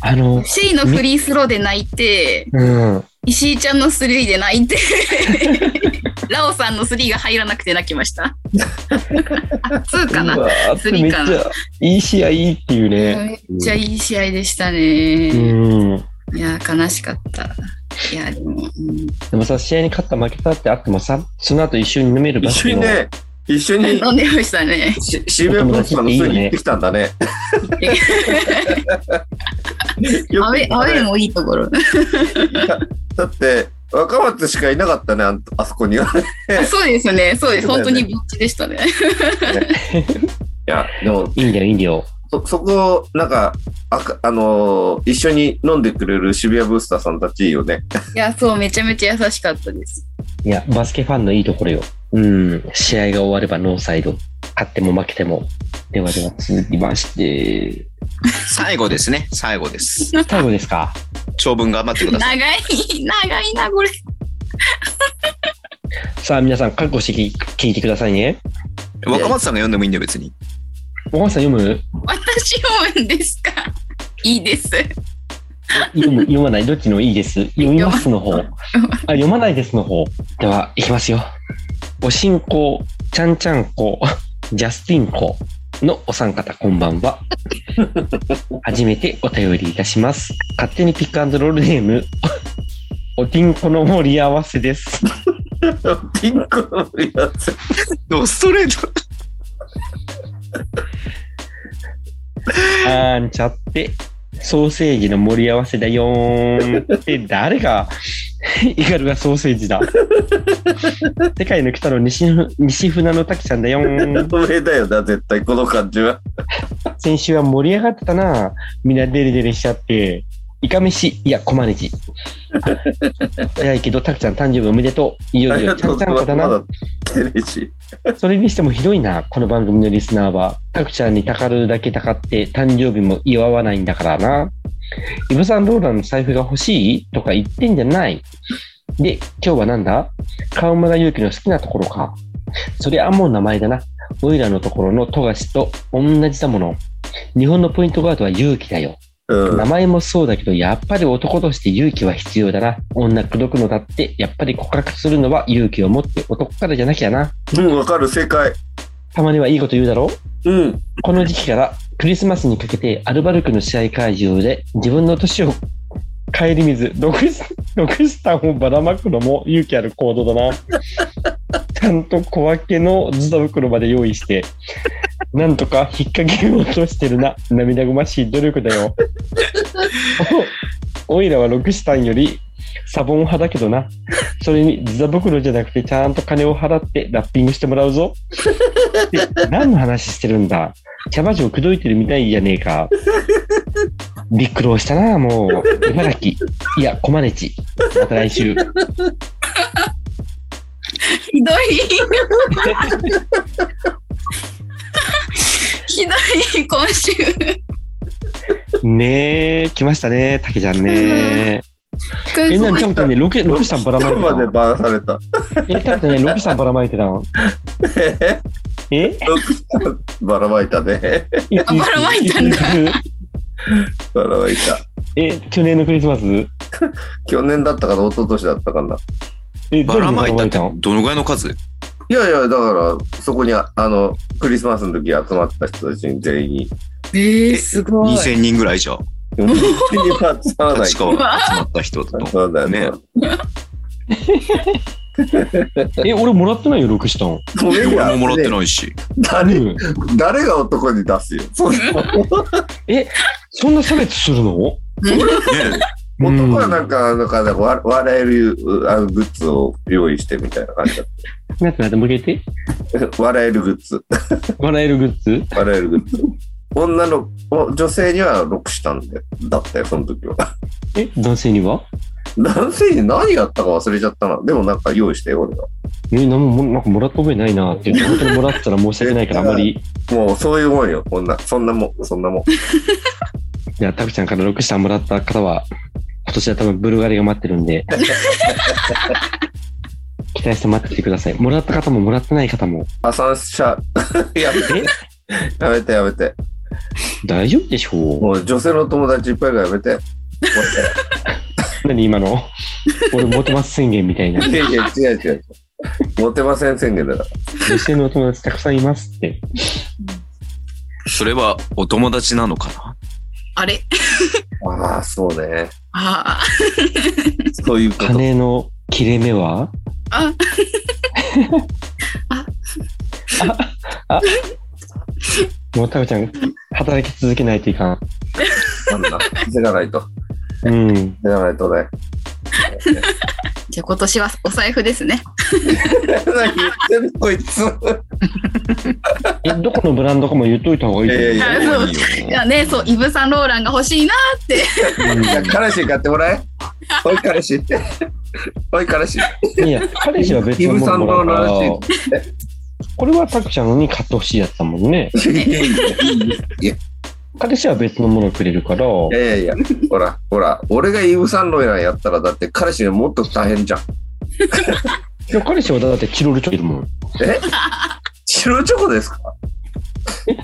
Speaker 1: あの、
Speaker 4: シェイのフリースローで泣いて、
Speaker 1: うん。
Speaker 4: 石井ちゃんのスリーで泣いて、ラオさんのスリーが入らなくて泣きました。あ、ツーかな。
Speaker 1: うわあと
Speaker 4: スリ
Speaker 1: め
Speaker 4: ー
Speaker 1: っち
Speaker 4: かな
Speaker 1: ゃいい試合いいっていうね。
Speaker 4: めっちゃいい試合でした
Speaker 1: う
Speaker 4: ね。
Speaker 1: ん。
Speaker 4: いや、悲しかった。いや、でも、うん
Speaker 1: でもさ、試合に勝った負けたってあってもさ、その後一緒に飲める
Speaker 2: 一
Speaker 1: バス
Speaker 2: 緒
Speaker 1: ケ
Speaker 2: に
Speaker 1: の
Speaker 2: ね、一緒に
Speaker 4: 飲んでましたね。
Speaker 2: し渋谷ブロックさんの人に行ってきたんだね。よく行っ
Speaker 4: アウェアウ
Speaker 2: た
Speaker 4: ェー
Speaker 2: ね
Speaker 4: もいいところ。
Speaker 2: いやだって、若松しかいなかったね、あんあそこには。い
Speaker 4: あそうですね。そうです。
Speaker 2: そう
Speaker 4: 本
Speaker 2: だ
Speaker 4: 当
Speaker 2: よね
Speaker 4: にビッチでしたね。
Speaker 2: や、でも、
Speaker 1: いいんだよ、いいんだよ。
Speaker 2: そ、そこ、なんか、あか、あのー一緒に飲んでくれる渋谷ブースターさんたちいいよね。
Speaker 4: いや、そう、めちゃめちゃ優しかっ たです。
Speaker 1: いや、バスケファンのいいところよ。うん。試合が終わればノーサイド。勝っても負けても。ではでは続きまして、
Speaker 3: 最後ですね、最後 です。
Speaker 1: 最後ですか。
Speaker 3: 長文頑張ってくださ
Speaker 4: 長
Speaker 3: い。
Speaker 4: い、長いな、これ。
Speaker 1: さあ皆さん、覚悟して聞いてくださいね。
Speaker 3: 若松さんが読んでもいいんだよ、別に。
Speaker 1: お母さん読む
Speaker 4: 私読むんですかいいです。
Speaker 1: 読む、読まないどっちのいいです読みますの 方。あ、読まないですの方。では、いきますよ。おしんこ、ちゃんちゃんこ、ジャスティンこのお三方、こんばん は。初めてお便りいたします。勝手にピックアンドロールネーム、おてんこの盛り合わせです。
Speaker 2: ピンクのやつ。
Speaker 3: ドストレート。
Speaker 1: あんちゃって、ソーセージの盛り合わせだよーんって誰が、 イガルがソーセージ だ。世界の北の西ふ西船の滝ちゃんだよーん。
Speaker 2: 上だよな、絶対、この感じは。
Speaker 1: 先週は盛り上がってたな。みんなデレデレしちゃって。イカ飯、いや、コマネチ。早いけど、タクちゃん誕生日おめでとう。いよ
Speaker 2: あ
Speaker 1: い
Speaker 2: り
Speaker 1: よ
Speaker 2: が
Speaker 1: ちゃ
Speaker 2: とうん
Speaker 1: ち
Speaker 2: ご
Speaker 1: ゃ
Speaker 2: ざ
Speaker 1: ん
Speaker 2: い
Speaker 1: こ
Speaker 2: ま
Speaker 1: だ
Speaker 2: す。ま
Speaker 1: な。
Speaker 2: だテレし。
Speaker 1: それにしてもひどいな、この番組のリスナーは。タクちゃんにたかるだけたかって誕生日も祝わないんだからな。イブさんローランの財布が欲しいとか言ってんじゃない。で、今日はなんだ川村祐希の好きなところか。そりゃもう名前だな。オイラのところの富樫と同じだもの。日本のポイントガードは勇気だよ。
Speaker 2: うん
Speaker 1: 名。前もそうだけど、やっぱり男として勇気は必要だな。女口説くのだって、やっぱり告白するのは勇気を持って男からじゃなきゃな。
Speaker 2: うん、わかる、正解。
Speaker 1: たまにはいいこと言うだろう
Speaker 2: うん。
Speaker 1: この時期からクリスマスにかけてアルバルクの試合会場で自分の年を顧みずロ クスロクスタンをばらまくのも勇気ある行動だなちゃんと小分けのズタ袋まで用意してなんとか引っ掛けようとしてるな涙ぐましい努力だよ おおいらはロクスタンよりサボン派だけどなそれにズタ袋じゃなくてちゃんと金を払ってラッピングしてもらうぞって何の話してるんだキャバ嬢口説いてるみたいじゃねえか。びっくりしたな、もう。茨城。いや、コマネチ。また来週。
Speaker 4: ひど い。ひどい、今週。
Speaker 1: ねえ、来ましたね、竹ちゃんね。え、なんちゃんとね、ロケ、ロケさんばらまい
Speaker 2: まで
Speaker 1: て
Speaker 2: バラされた。
Speaker 1: た。え、ちゃんとね、ロケさんばらまいてたの。え
Speaker 2: ばらまいたね。
Speaker 1: いつ
Speaker 4: あばらまいたんだ
Speaker 1: いつ
Speaker 2: ばらまいた。
Speaker 1: え、去年のクリスマス
Speaker 2: 去年だったかな、一昨年だったかな。
Speaker 1: え、
Speaker 3: ばらまいた
Speaker 1: ど
Speaker 3: って
Speaker 1: ううの
Speaker 3: どのぐらいの数
Speaker 2: いやいや、だから、そこにあ、あの、クリスマスの時集まった人たちに全員、
Speaker 4: えー、すごい。
Speaker 3: 2000人ぐらいじゃん。
Speaker 2: 本当に 集まらない
Speaker 3: 立。川が集まった人と。
Speaker 2: そうだよね。
Speaker 1: え、俺もらってないよ、6したん。
Speaker 2: ごめん
Speaker 3: 俺ももらって
Speaker 2: い。
Speaker 3: ないし。
Speaker 2: 誰、
Speaker 1: うん
Speaker 2: 誰が男に出すよ。そう
Speaker 1: え、そんな差別するの
Speaker 3: ね
Speaker 2: 男はなんか、なんか、なんかわ笑えるあのグッズを用意してみたいな感じだっ。
Speaker 1: なんてなんて、もう一回言った
Speaker 2: 笑えるグッズ。
Speaker 1: て。笑えるグッズ
Speaker 2: 笑えるグッズ。女のお女性には6したんで、だったよ、その時は。
Speaker 1: え、男性には
Speaker 2: 男性に何やったか忘れちゃったな。でもなんか用意してよ、俺が。
Speaker 1: え、なんも、なんかもらった覚えないなって言って、本当にもらってたら申し訳ないから、あんまり。
Speaker 2: もうそういうもんよ、こんな、そんなもん、そんなもん。
Speaker 1: いや、タクちゃんから6したんもらった方は、今年は多分ブルガリが待ってるん で。期待して待っててください。もらった方ももらってない方も。
Speaker 2: 破産しちゃう。 やめて。やめて、やめて。
Speaker 1: 大丈夫でしょ
Speaker 2: もう女性の友達いっぱいがやめて。
Speaker 1: う何今 の俺モテます宣言みたいな。
Speaker 2: いやいや、違う違う。モテません宣言だから。
Speaker 1: 女性のお友達たくさんいますって。
Speaker 3: それはお友達なのかな
Speaker 4: あれ
Speaker 2: ああ、そうね。
Speaker 4: あー
Speaker 2: そういうこと。
Speaker 1: 金の切れ目は
Speaker 4: あ。あ。
Speaker 1: あ。あ。もうタブちゃん、働き続けないといかん。
Speaker 2: なんだ。稼がないと。
Speaker 1: うん。
Speaker 2: 稼がないとね。
Speaker 4: じゃあ今年はお財布ですね。
Speaker 2: 何言ってるこいつ。
Speaker 1: え、どこのブランドかも言っといた方がいいと思う。
Speaker 2: いや
Speaker 4: いやそう
Speaker 3: いいよ
Speaker 4: いやね、そう、イブ・サンローランが欲しいな。
Speaker 2: 彼氏に買ってもらえ。おい、彼氏。おい、彼氏。
Speaker 1: いや、彼氏は別のものもらうから
Speaker 2: イブ
Speaker 1: これはタクちゃんに買ってほしいやつだもんね。
Speaker 2: いやい
Speaker 1: 彼氏は別のものをくれるから、
Speaker 2: やいや、ほら、ほら、俺がイブ・サンロイランやったら、だって彼氏にもっと大変じゃん。
Speaker 1: でも彼氏はだってチロルチョコいるもん。
Speaker 2: え白チョコですか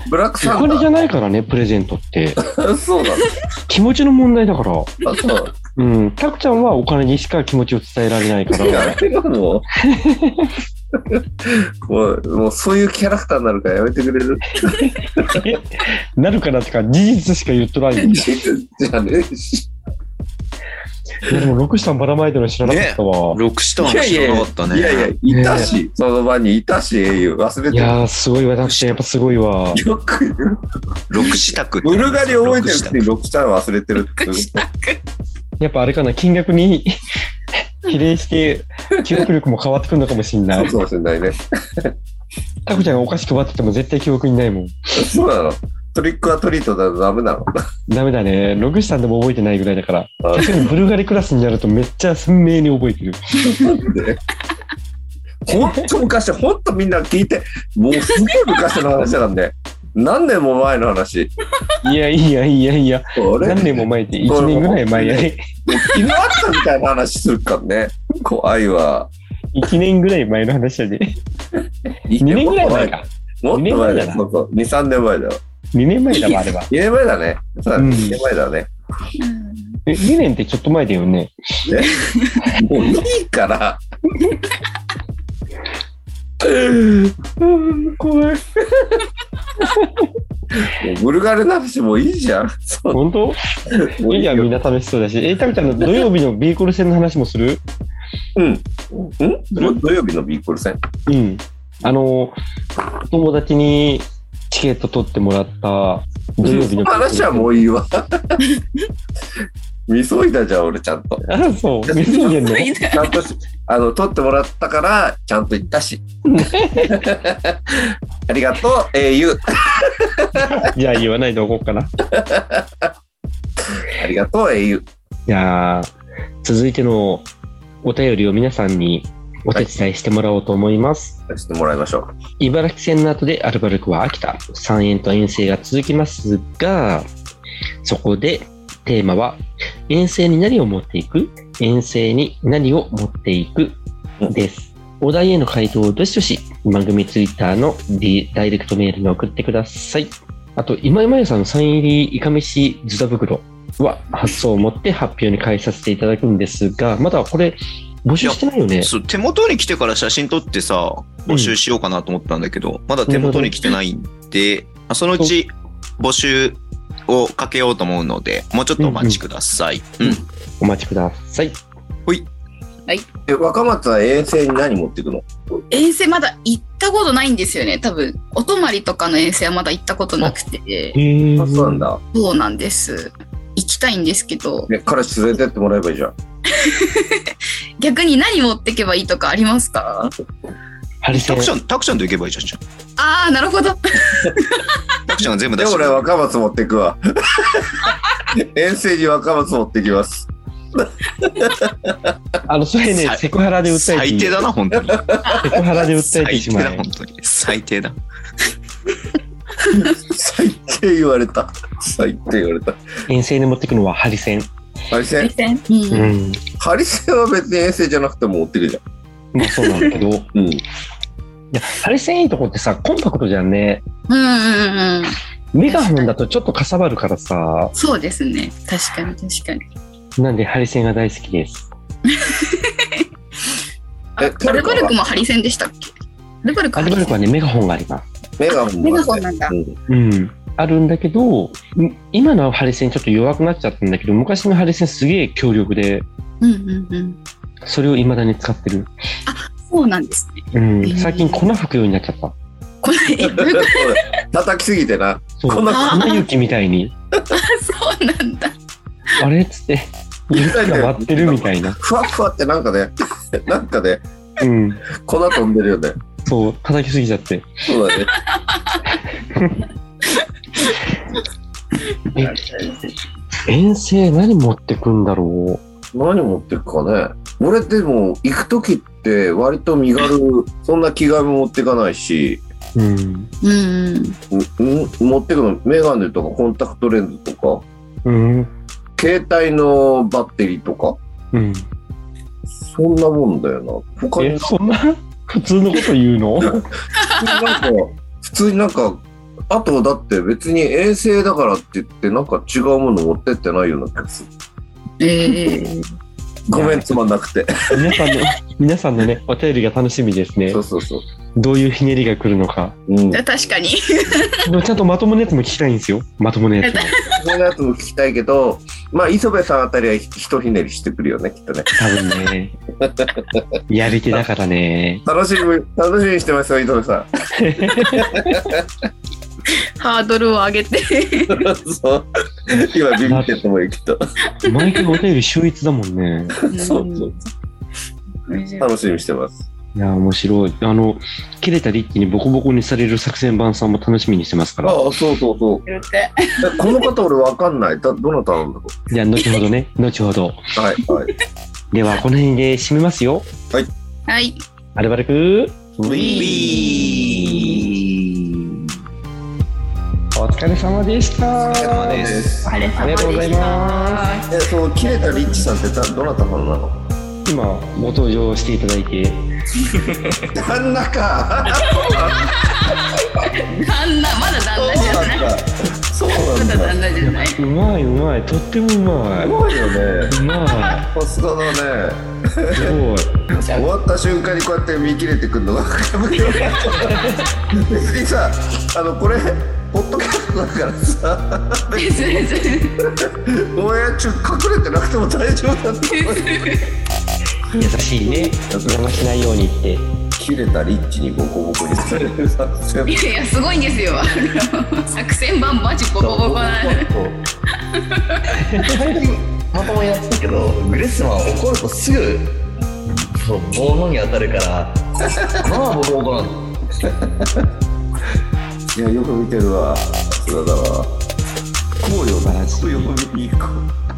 Speaker 2: ブラック
Speaker 1: お
Speaker 2: サンダ
Speaker 1: 金じ
Speaker 2: ー
Speaker 1: ゃないからね、プレゼントって。
Speaker 2: そうなん
Speaker 1: 気持ちの問題だから。
Speaker 2: だ。あ、そう。
Speaker 1: うん。タクちゃんはお金にしか気持ちを伝えられないか
Speaker 2: いや
Speaker 1: ら
Speaker 2: あ。れが もう。もう、もうそういうキャラクターになるからやめてくれる。
Speaker 1: なるからとか、事実しか言っとないんだ。
Speaker 2: じゃあね。し
Speaker 1: いやでも、ロクシタンばらまいてるの知らなかったわ。
Speaker 3: ロクシタンは知らなかったね。
Speaker 2: いやいや、いたし、その場にいたし、英雄。忘れ
Speaker 1: い
Speaker 2: て
Speaker 1: やー、すごいわ、タクちゃん。やっぱすごいわ。
Speaker 2: る。よく、
Speaker 3: ロクシタクって
Speaker 2: ブルガリ覚えてる
Speaker 3: ロク
Speaker 2: く
Speaker 3: シタ
Speaker 2: せ
Speaker 3: ク
Speaker 2: に6ちゃん忘れてるっていう。
Speaker 1: やっぱあれかな、金額 に比例して、記憶力も変わってくるのかもしんな
Speaker 2: そう
Speaker 1: い。
Speaker 2: かもしれないね。
Speaker 1: タクちゃんがお菓子配ってても絶対記憶にないもん。
Speaker 2: そうなの。トリックはトリートだとダメなの。
Speaker 1: ダメだね。ロクシタンでも覚えてないぐらいだから。
Speaker 2: あ
Speaker 1: 確かにブルガリクラスになるとめっちゃ鮮明に覚えてる。
Speaker 2: ほんと昔、ほんとみんな聞いて、もうすごい昔の話なんで、何年も前の話。
Speaker 1: いやいやいやいや、
Speaker 2: これ、
Speaker 1: 何年も前って、1年ぐらい前やね。
Speaker 2: 昨日あったみたいな話するからね。怖いわ。
Speaker 1: 1年ぐらい前の話だね。
Speaker 2: 2
Speaker 1: 2年ぐらい前か。。
Speaker 2: もっと
Speaker 1: 二年ぐら
Speaker 2: 前
Speaker 1: いだ
Speaker 2: だよ。
Speaker 1: な
Speaker 2: そうそう。2、3年前だよ。
Speaker 1: 2年前だわ、あれは。
Speaker 2: 2年前だね。そうだ
Speaker 1: うん
Speaker 2: ね。2年前だね。
Speaker 1: え、2年ってちょっと前だよね。
Speaker 2: もういいから。
Speaker 1: うん、怖い。
Speaker 2: もうブルガリの話もういいじゃん。そう。
Speaker 1: 本当
Speaker 2: もう
Speaker 1: いいや、みんな楽しそうだし。え、タクちゃんの土曜日のビーコル戦の話もする
Speaker 2: うん。ん土曜日のビーコル戦。
Speaker 1: うん。あの、友達にチケット取ってもらった土曜日
Speaker 2: そ
Speaker 1: の
Speaker 2: の話はもうい いわ。見そいだじゃん、俺ちゃんと。
Speaker 1: あ、 そう。見せてんの
Speaker 4: いい
Speaker 2: ちゃんとしあの取ってもらったからちゃんと 行ったし。ありがとう英雄。
Speaker 1: じゃあ言わないでおこうかな。い
Speaker 2: ありがとう英雄。
Speaker 1: やー続いてのお便りを皆さんにお手伝いしてもらおうと思います。
Speaker 2: してもらいましょう。
Speaker 1: 茨城線の後でアルバルクは秋田3円と遠征が続きますがそこでテーマは遠征に何を持っていく遠征に何を持っていくですお題への回答をどしどし番組ツイッターの D ダイレクトメールに送ってくださいあと今井まゆさんのサイン入りいかめしズタ袋は発送をもって発表に返させていただくんですがまだこれ募集してないよね。
Speaker 3: そう手元に来てから写真撮ってさ募集しようかなと思ったんだけど、まだ手元に来てないんで、まあそのうち募集をかけようと思うのでもうちょっとお待ちください、うん
Speaker 1: お待ちください。
Speaker 2: え若松は遠征に何持っていくの
Speaker 4: 遠征まだ行ったことないんですよね多分お泊まりとかの遠征はまだ行ったことなくて
Speaker 1: へ
Speaker 2: あそうなんだ。
Speaker 4: そうなんです行きたいんですけど
Speaker 2: ね、彼氏連れてってもらえばいいじゃん。
Speaker 4: 逆に何持ってけばいいとかありますか
Speaker 1: ハリセ
Speaker 3: タ
Speaker 1: ン
Speaker 3: ク。ちゃんタクちゃんと行けばいいじゃんじゃん
Speaker 4: ああなるほど
Speaker 3: タクちゃんが全部出
Speaker 2: で、
Speaker 3: して
Speaker 2: 俺若松持って くわ。遠征に若松持ってきます。
Speaker 1: あの、それね、
Speaker 3: 最
Speaker 1: セクハラで訴えてい
Speaker 3: 最
Speaker 1: い。
Speaker 3: 低
Speaker 1: セ
Speaker 3: だな本当に
Speaker 1: クハラで訴えて
Speaker 3: 最
Speaker 1: し
Speaker 3: 低
Speaker 1: ま
Speaker 3: だ
Speaker 1: え
Speaker 3: 本。当に最低だ
Speaker 2: 最低言われた。最低言われた。
Speaker 1: 遠征に持ってくのはハリセン。
Speaker 2: ハリセン
Speaker 4: うん
Speaker 1: うん。
Speaker 2: ハリセンは別に遠征じゃなくても持ってくじゃん。
Speaker 1: まあそうなんだけど。い
Speaker 2: うん。
Speaker 1: や、ハリセンいいとこってさ、コンパクトじゃんね。
Speaker 4: うんうんうんうん
Speaker 1: メガホンだとちょっとかさばるからさ。
Speaker 4: そうですね確かに確かに
Speaker 1: なんでハリセンが大好きです。
Speaker 4: あ
Speaker 2: え
Speaker 4: アルバルクもハリセンでしたっけアルバルク
Speaker 1: ア
Speaker 4: ハ
Speaker 1: ル
Speaker 4: リ
Speaker 1: バル
Speaker 4: セン
Speaker 1: クはね、メガホンがあります。
Speaker 2: メガホン
Speaker 4: メ
Speaker 2: もあ
Speaker 4: ガ
Speaker 2: って
Speaker 4: ホンなんだ
Speaker 2: うん
Speaker 1: うん。あるんだけど、ん今のハリセンちょっと弱くなっちゃったんだけど、昔のハリセンすげえ強力で、
Speaker 4: うんうんうん
Speaker 1: それを未だに使ってる。
Speaker 4: そうなんですね
Speaker 1: うん。最近粉吹くようになっちゃった。
Speaker 4: これ
Speaker 2: そうだ 叩きすぎてな。
Speaker 1: そう。
Speaker 2: 粉
Speaker 1: 粉雪みたいに。
Speaker 4: そうなんだ
Speaker 1: あれっつって、雪が割ってるみたいな。
Speaker 2: ふわふわってなんかね、 なんかね、
Speaker 1: うん。
Speaker 2: 粉飛んでるよね。
Speaker 1: そう、叩きすぎちゃって。
Speaker 2: そうだね。
Speaker 1: え遠征何持ってくんだろ
Speaker 2: 何持ってくかね。俺でも行く時って割と身軽、そんな着替えも持ってかないし、
Speaker 1: う。うん。
Speaker 4: うんうん
Speaker 2: んん持ってくのメガネとかコンタクトレンズとか
Speaker 1: うん。
Speaker 2: 携帯のバッテリーとか
Speaker 1: うん。
Speaker 2: そんなもんだよな他に
Speaker 1: え、そんな普通のこと言うの
Speaker 2: なんか普通になんかあとだって別に衛星だからって言ってなんか違うもの持ってってないような気がする
Speaker 4: えー、
Speaker 2: ごめんつまんなくて
Speaker 1: 皆さんの、皆さんのね、お便りが楽しみですね
Speaker 2: そ。うそうそう、
Speaker 1: どういうひねりが来るのか。
Speaker 2: うん、そ
Speaker 4: 確かに
Speaker 1: でもちゃんとまともなやつも聞きたいんですよ。まともなやつも。
Speaker 2: んなやつも聞きたいけどまあ磯部さんあたりはひとひねりしてくるよねきっとね
Speaker 1: 多分ね。やり手だからね。
Speaker 2: 楽しみ楽しみにしてますよ磯部 さ
Speaker 4: ハードルを上げて
Speaker 2: んそう今ビビってると思うよきっと
Speaker 1: 毎回お便り秀逸だもんね。
Speaker 2: そうそう楽しみにしてます
Speaker 1: いや、面白い。あの、切れたり一気にボコボコにされる作戦版さんも楽しみにしてますから。
Speaker 2: ああそうそうそうえこの方俺わかんない。だどなたなんだろ
Speaker 1: じゃあ、後ほどね。後ほど。
Speaker 2: う。はいはい。
Speaker 1: では、この辺で締めますよ。
Speaker 4: はい
Speaker 1: アルバルクウお疲れ様でした。お疲れ
Speaker 3: 様です
Speaker 4: あり
Speaker 1: ありがとうございま
Speaker 2: えそう切れたリッチさんってだどなたさんなの？
Speaker 1: す。今、ご登場していただいて、
Speaker 2: 旦那か。
Speaker 4: す旦那まだ旦那じゃない
Speaker 2: そう
Speaker 4: ま
Speaker 2: なん
Speaker 4: だ
Speaker 2: だ。
Speaker 4: 旦那じゃないう
Speaker 1: まいうまい。とってもうますい。
Speaker 2: ごいよね。
Speaker 1: うま
Speaker 2: さすがだね。
Speaker 1: い。す ごい。
Speaker 2: 終わった瞬間にこうやって見切れてくるのが別にさあのこれポッドキャストだからさ
Speaker 4: 別々
Speaker 2: オンエア中隠れてなくても大丈夫だっ て
Speaker 1: 優しいね。邪魔しないようにって。
Speaker 2: 切れたリッチにボコボコにされる作戦
Speaker 4: いやいやすごいんですよあの作戦版マジ ボコボコな
Speaker 5: 最近まともにやってたけどグレスマン怒るとすぐそう棒のに当たるからまあボコボコなんだ
Speaker 2: いやよく見てるわさすがだわ
Speaker 1: 考慮バランス。
Speaker 2: よく見に行こう